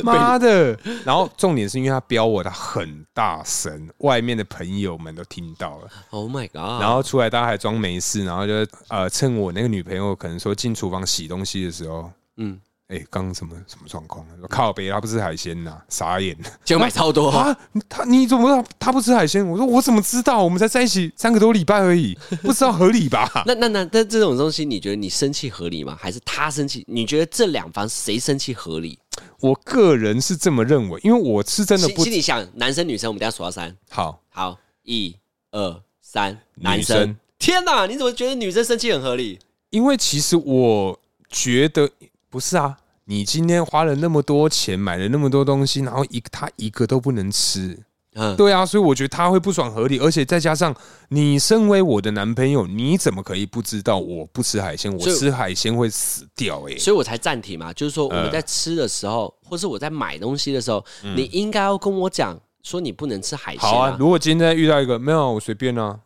Speaker 1: 妈的！然后重点是因为他飙我，他很大声，外面的朋友们都听到了，
Speaker 2: Oh my god，
Speaker 1: 然后出来大家还装没事，然后就呃趁我那个女朋友可能说进厨房洗东西的时候，
Speaker 2: 嗯
Speaker 1: 嗯，哎、刚什么什么状况？啊说靠北，他不吃海鲜呐、傻眼。
Speaker 2: 结果买超多，
Speaker 1: 啊，他你怎么知道他不吃海鲜？我说我怎么知道？我们才在一起三个多礼拜而已，不知道合理吧？
Speaker 2: 那那那那这种东西，你觉得你生气合理吗？还是他生气？你觉得这两方谁生气合理？
Speaker 1: 我个人是这么认为，因为我是真的
Speaker 2: 心
Speaker 1: 不
Speaker 2: 心里想，男生女生，我们等一下数到三，
Speaker 1: 好。
Speaker 2: 好，一二三，
Speaker 1: 女
Speaker 2: 男生。
Speaker 1: 生
Speaker 2: 天哪，你怎么觉得女生生气很合理？
Speaker 1: 因为其实我觉得不是啊，你今天花了那么多钱买了那么多东西，然后一他一个都不能吃，
Speaker 2: 嗯，
Speaker 1: 对啊，所以我觉得他会不爽合理，而且再加上你身为我的男朋友，你怎么可以不知道我不吃海鲜？我
Speaker 2: 所以
Speaker 1: 吃海鲜会死掉哎、欸
Speaker 2: 所以我才暂停嘛，就是说我
Speaker 1: 嗯
Speaker 2: 们在吃的时候，或是我在买东西的时候，你应该要跟我讲说你不能吃海鲜、
Speaker 1: 好啊，如果今天遇到一个没有啊，我随便啊，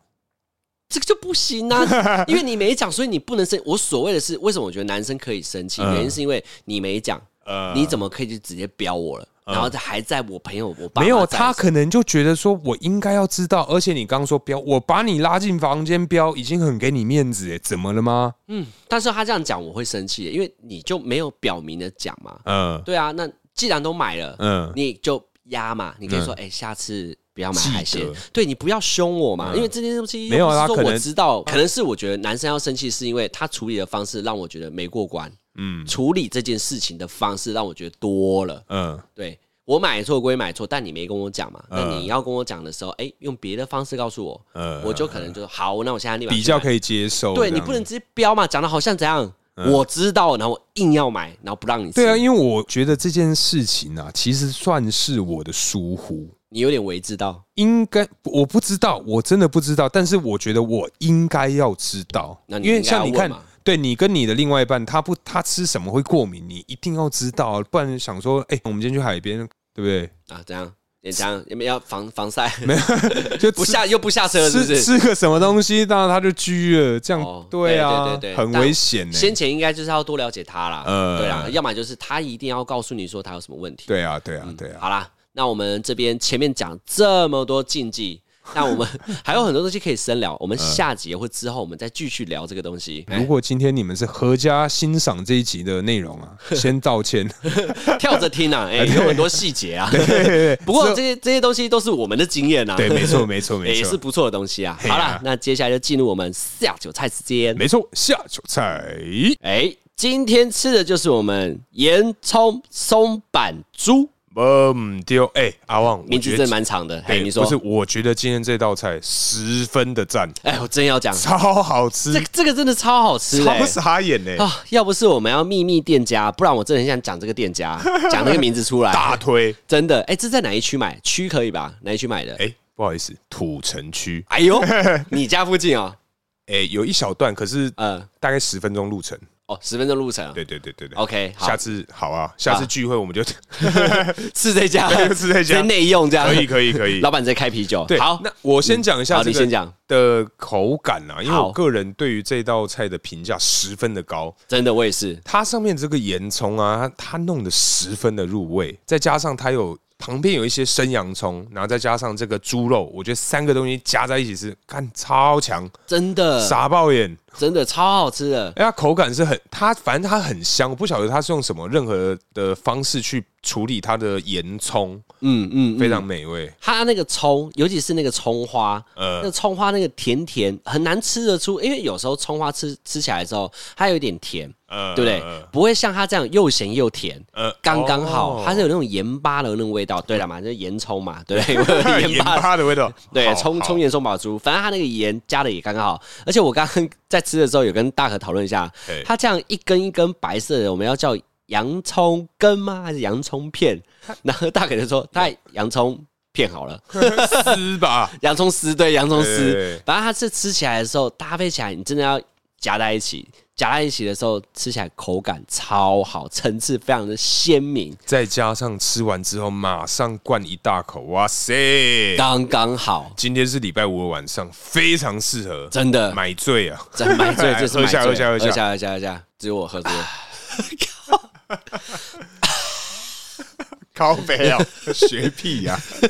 Speaker 2: 这个就不行啊，因为你没讲，所以你不能生。我所谓的是，为什么我觉得男生可以生气？
Speaker 1: 嗯
Speaker 2: 原因是因为你没讲，
Speaker 1: 呃
Speaker 2: 你怎么可以就直接标我了？然后还在我朋友我爸
Speaker 1: 嗯没有，
Speaker 2: 妈在
Speaker 1: 他可能就觉得说我应该要知道，而且你刚说彪，我把你拉进房间彪，已经很给你面子哎，怎么了吗？
Speaker 2: 嗯，但是他这样讲我会生气，因为你就没有表明的讲嘛。
Speaker 1: 嗯
Speaker 2: 对啊，那既然都买了，
Speaker 1: 嗯，
Speaker 2: 你就压嘛，你可以说，哎、下次不要买海鲜
Speaker 1: 记得，嗯
Speaker 2: 对你不要凶我嘛，因为这件东西
Speaker 1: 没有啊
Speaker 2: 啊，
Speaker 1: 他
Speaker 2: 说
Speaker 1: 可
Speaker 2: 我
Speaker 1: 能
Speaker 2: 知道，可能是我觉得男生要生气，是因为他处理的方式让我觉得没过关，嗯，处理这件事情的方式让我觉得多了，
Speaker 1: 嗯
Speaker 2: 对。我买错归买错，但你没跟我讲嘛？那
Speaker 1: 嗯
Speaker 2: 你要跟我讲的时候，哎、用别的方式告诉我，
Speaker 1: 嗯
Speaker 2: 我就可能就好。那我现在立马
Speaker 1: 比较
Speaker 2: 去买
Speaker 1: 可以接受。
Speaker 2: 对
Speaker 1: 这
Speaker 2: 你
Speaker 1: 样嗯
Speaker 2: 不能直接标嘛，讲的好像怎样，我知道，然后我硬要买，然后不让你吃，
Speaker 1: 对啊，因为我觉得这件事情啊，其实算是我的疏忽。
Speaker 2: 你有点为知道，
Speaker 1: 应该我不知道，我真的不知道，但是我觉得我应该要知道，
Speaker 2: 那你
Speaker 1: 因为
Speaker 2: 应该
Speaker 1: 像
Speaker 2: 要
Speaker 1: 你
Speaker 2: 问
Speaker 1: 看
Speaker 2: 嘛，
Speaker 1: 对你跟你的另外一半，他不他吃什么会过敏，你一定要知道啊，不然想说，哎、我们今天去海边，对不对？
Speaker 2: 啊，怎样？也怎样？有没有要防防晒？
Speaker 1: 就
Speaker 2: 不
Speaker 1: 吃
Speaker 2: 下又不下车，是不
Speaker 1: 吃
Speaker 2: 是？
Speaker 1: 吃个什么东西，当然他就狙了，这样、
Speaker 2: 哦
Speaker 1: 对啊，
Speaker 2: 对对对对
Speaker 1: 很危险呢、
Speaker 2: 先前应该就是要多了解他啦，
Speaker 1: 呃
Speaker 2: 对啊，要么就是他一定要告诉你说他有什么问题。
Speaker 1: 对啊，对啊，对啊，
Speaker 2: 好啦，那我们这边前面讲这么多禁忌，那我们 还有很多东西可以深聊，我
Speaker 1: 嗯
Speaker 2: 们下集或之后我们再继续聊这个东西。
Speaker 1: 如果今天你们是合家欣赏这一集的内容 啊，先道歉。
Speaker 2: 跳着 听啊，哎，有很多细节啊。不过这些这些东西都是我们的经验啊。
Speaker 1: 对， 没错，没错，
Speaker 2: 也
Speaker 1: 没
Speaker 2: 也是
Speaker 1: 错，
Speaker 2: 不错的东西啊。
Speaker 1: 嘿啊
Speaker 2: 好啦，那接下来就进入我们下酒菜时间。
Speaker 1: 没错。下酒菜，
Speaker 2: 哎，今天吃的就是我们盐葱松板猪，
Speaker 1: 嗯，丢。哎，阿旺，我
Speaker 2: 名字
Speaker 1: 觉
Speaker 2: 真的
Speaker 1: 得
Speaker 2: 蛮长的。哎，
Speaker 1: 对
Speaker 2: 你说
Speaker 1: 不是？？我觉得今天这道菜十分的赞，
Speaker 2: 哎，我真要讲，
Speaker 1: 超好吃
Speaker 2: 这，这个真的超好吃的、
Speaker 1: 超哎傻眼呢、
Speaker 2: 啊！要不是我们要秘密店家，不然我真的很想讲这个店 家，讲那个名字出来。
Speaker 1: 大推。
Speaker 2: 真的，哎、这在哪一区买？区可以吧？哪一区买的？
Speaker 1: 哎，不好意思，土城区，
Speaker 2: 哎呦， 你家附近哦，
Speaker 1: 哎，有一小段，可是
Speaker 2: 呃，
Speaker 1: 大概十分钟路程。
Speaker 2: 哦，十分钟路程。
Speaker 1: 对对对对对。
Speaker 2: OK，好
Speaker 1: 下，次好啊，下次聚会我们就
Speaker 2: 吃这家，
Speaker 1: 吃这家
Speaker 2: 在内用这样。
Speaker 1: 可以可以可以
Speaker 2: 老。板在开啤酒。
Speaker 1: 对，
Speaker 2: 好，
Speaker 1: 那我先讲一
Speaker 2: 好
Speaker 1: 下这
Speaker 2: 你先
Speaker 1: 个
Speaker 2: 讲。
Speaker 1: 的口感啊，因为
Speaker 2: 好
Speaker 1: 我个人对于这道菜的评价十分的高。
Speaker 2: 真的，我也是。
Speaker 1: 它上面这个盐葱啊，它它弄得十分的入味，再加上它有旁边有一些生洋葱，然后再加上这个猪肉，我觉得三个东西加在一起是看超强，
Speaker 2: 真的，
Speaker 1: 傻爆眼！
Speaker 2: 真的超好吃的。
Speaker 1: 哎，它口感是很，它反正它很香，我不晓得它是用什么任何的方式去处理它的盐葱，
Speaker 2: 嗯嗯，嗯
Speaker 1: 非常美味。
Speaker 2: 它那个葱，尤其是那个葱花，
Speaker 1: 呃
Speaker 2: 那葱花那个甜甜很难吃得出，因为有时候葱花吃吃起来的时候，它有一点甜，
Speaker 1: 呃
Speaker 2: 嗯对不对？不会像它这样又咸又甜。
Speaker 1: 呃哦
Speaker 2: 刚刚好，它
Speaker 1: 它
Speaker 2: 是有那种盐巴的那种味道，对了嘛，就是盐葱嘛，对 不对？
Speaker 1: 是盐巴的味道，
Speaker 2: 对，
Speaker 1: 好
Speaker 2: 葱
Speaker 1: 好
Speaker 2: 葱盐松宝猪，反正它那个盐加的也刚刚好。而且我刚刚在吃的时候有跟大可讨论一下
Speaker 1: 嘿，
Speaker 2: 它这样一根一根白色的，我们要叫洋葱根吗？还是洋葱片？然后大可就说它洋葱片好了，
Speaker 1: 撕吧，
Speaker 2: 洋葱丝对洋葱丝，
Speaker 1: 对
Speaker 2: 反正它是吃起来的时候搭配起来，你真的要夹在一起，夹在一起的时候吃起来口感超好，层次非常的鲜明，
Speaker 1: 再加上吃完之后马上灌一大口，哇塞！
Speaker 2: 刚刚好。
Speaker 1: 今天是礼拜五的晚上，非常适合，
Speaker 2: 真的
Speaker 1: 买醉啊！
Speaker 2: 真买醉，这是
Speaker 1: 喝
Speaker 2: 买醉，
Speaker 1: 一下喝一下
Speaker 2: 喝一下，喝一下，喝一下，只有我喝，只有我。
Speaker 1: 咖啡啊， 学屁啊 呀、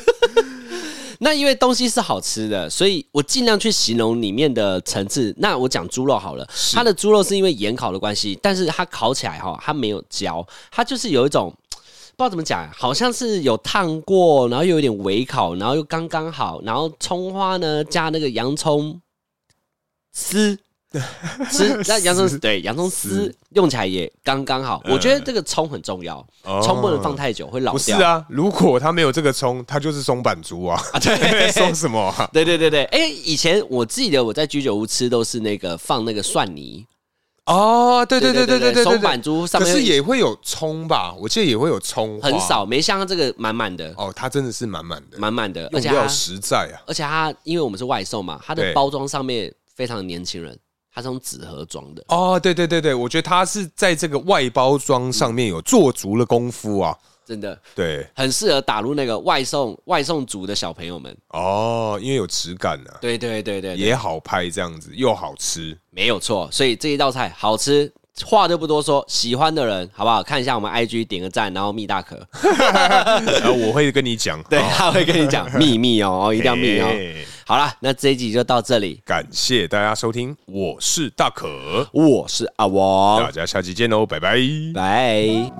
Speaker 2: 那因为东西是好吃的，所以我尽量去形容里面的层次。那我讲猪肉好了，它的猪肉是因为盐烤的关系，但是它烤起来哈，它没有焦，它就是有一种。不知道怎么讲，好像是有烫过，然后又有点微烤，然后又刚刚好，然后葱花呢加那个洋葱 丝，丝那洋葱对洋葱丝用起来也刚刚好。我觉得这个葱很重要，
Speaker 1: 哦
Speaker 2: 葱不能放太久会老
Speaker 1: 不是
Speaker 2: 掉。
Speaker 1: 啊，如果他没有这个葱，他就是松板猪 啊！
Speaker 2: 啊，对
Speaker 1: 松什么、啊？
Speaker 2: 对对对对，哎、以前我记得我在居酒屋吃都是那个放那个蒜泥，
Speaker 1: 哦，对
Speaker 2: 松板猪上
Speaker 1: 可
Speaker 2: 面
Speaker 1: 是也会有葱吧？我记得也会有葱花，
Speaker 2: 很少，没像它这个满满的，
Speaker 1: 哦。它真的是满满的，
Speaker 2: 满满的，而
Speaker 1: 用
Speaker 2: 且它
Speaker 1: 料实在啊。
Speaker 2: 而且它因为我们是外送嘛，它的
Speaker 1: 对
Speaker 2: 包装上面非常年轻人，它是用纸盒装的，
Speaker 1: 哦，对对对对，我觉得它是在这个外包装上面有做足了功夫啊。
Speaker 2: 真的
Speaker 1: 对，
Speaker 2: 很适合打入那个外送外送族的小朋友们。
Speaker 1: 哦，因为有质感啊，
Speaker 2: 对对对对对，
Speaker 1: 也好拍这样子，又好吃。
Speaker 2: 没有错，所以这一道菜好吃。话就不多说，喜欢的人好不好？看一下我们 IG 点个赞，然后蜜大可，
Speaker 1: 然后我会跟你讲，
Speaker 2: 对，
Speaker 1: 哦
Speaker 2: 他会跟你讲秘密哦，哦，一定要秘哦。
Speaker 1: 嘿
Speaker 2: 好啦，那这一集就到这里。
Speaker 1: 感谢大家收听，我是大可，
Speaker 2: 我是
Speaker 1: 大
Speaker 2: 阿王，
Speaker 1: 哦家下期见喽，拜拜。
Speaker 2: 拜。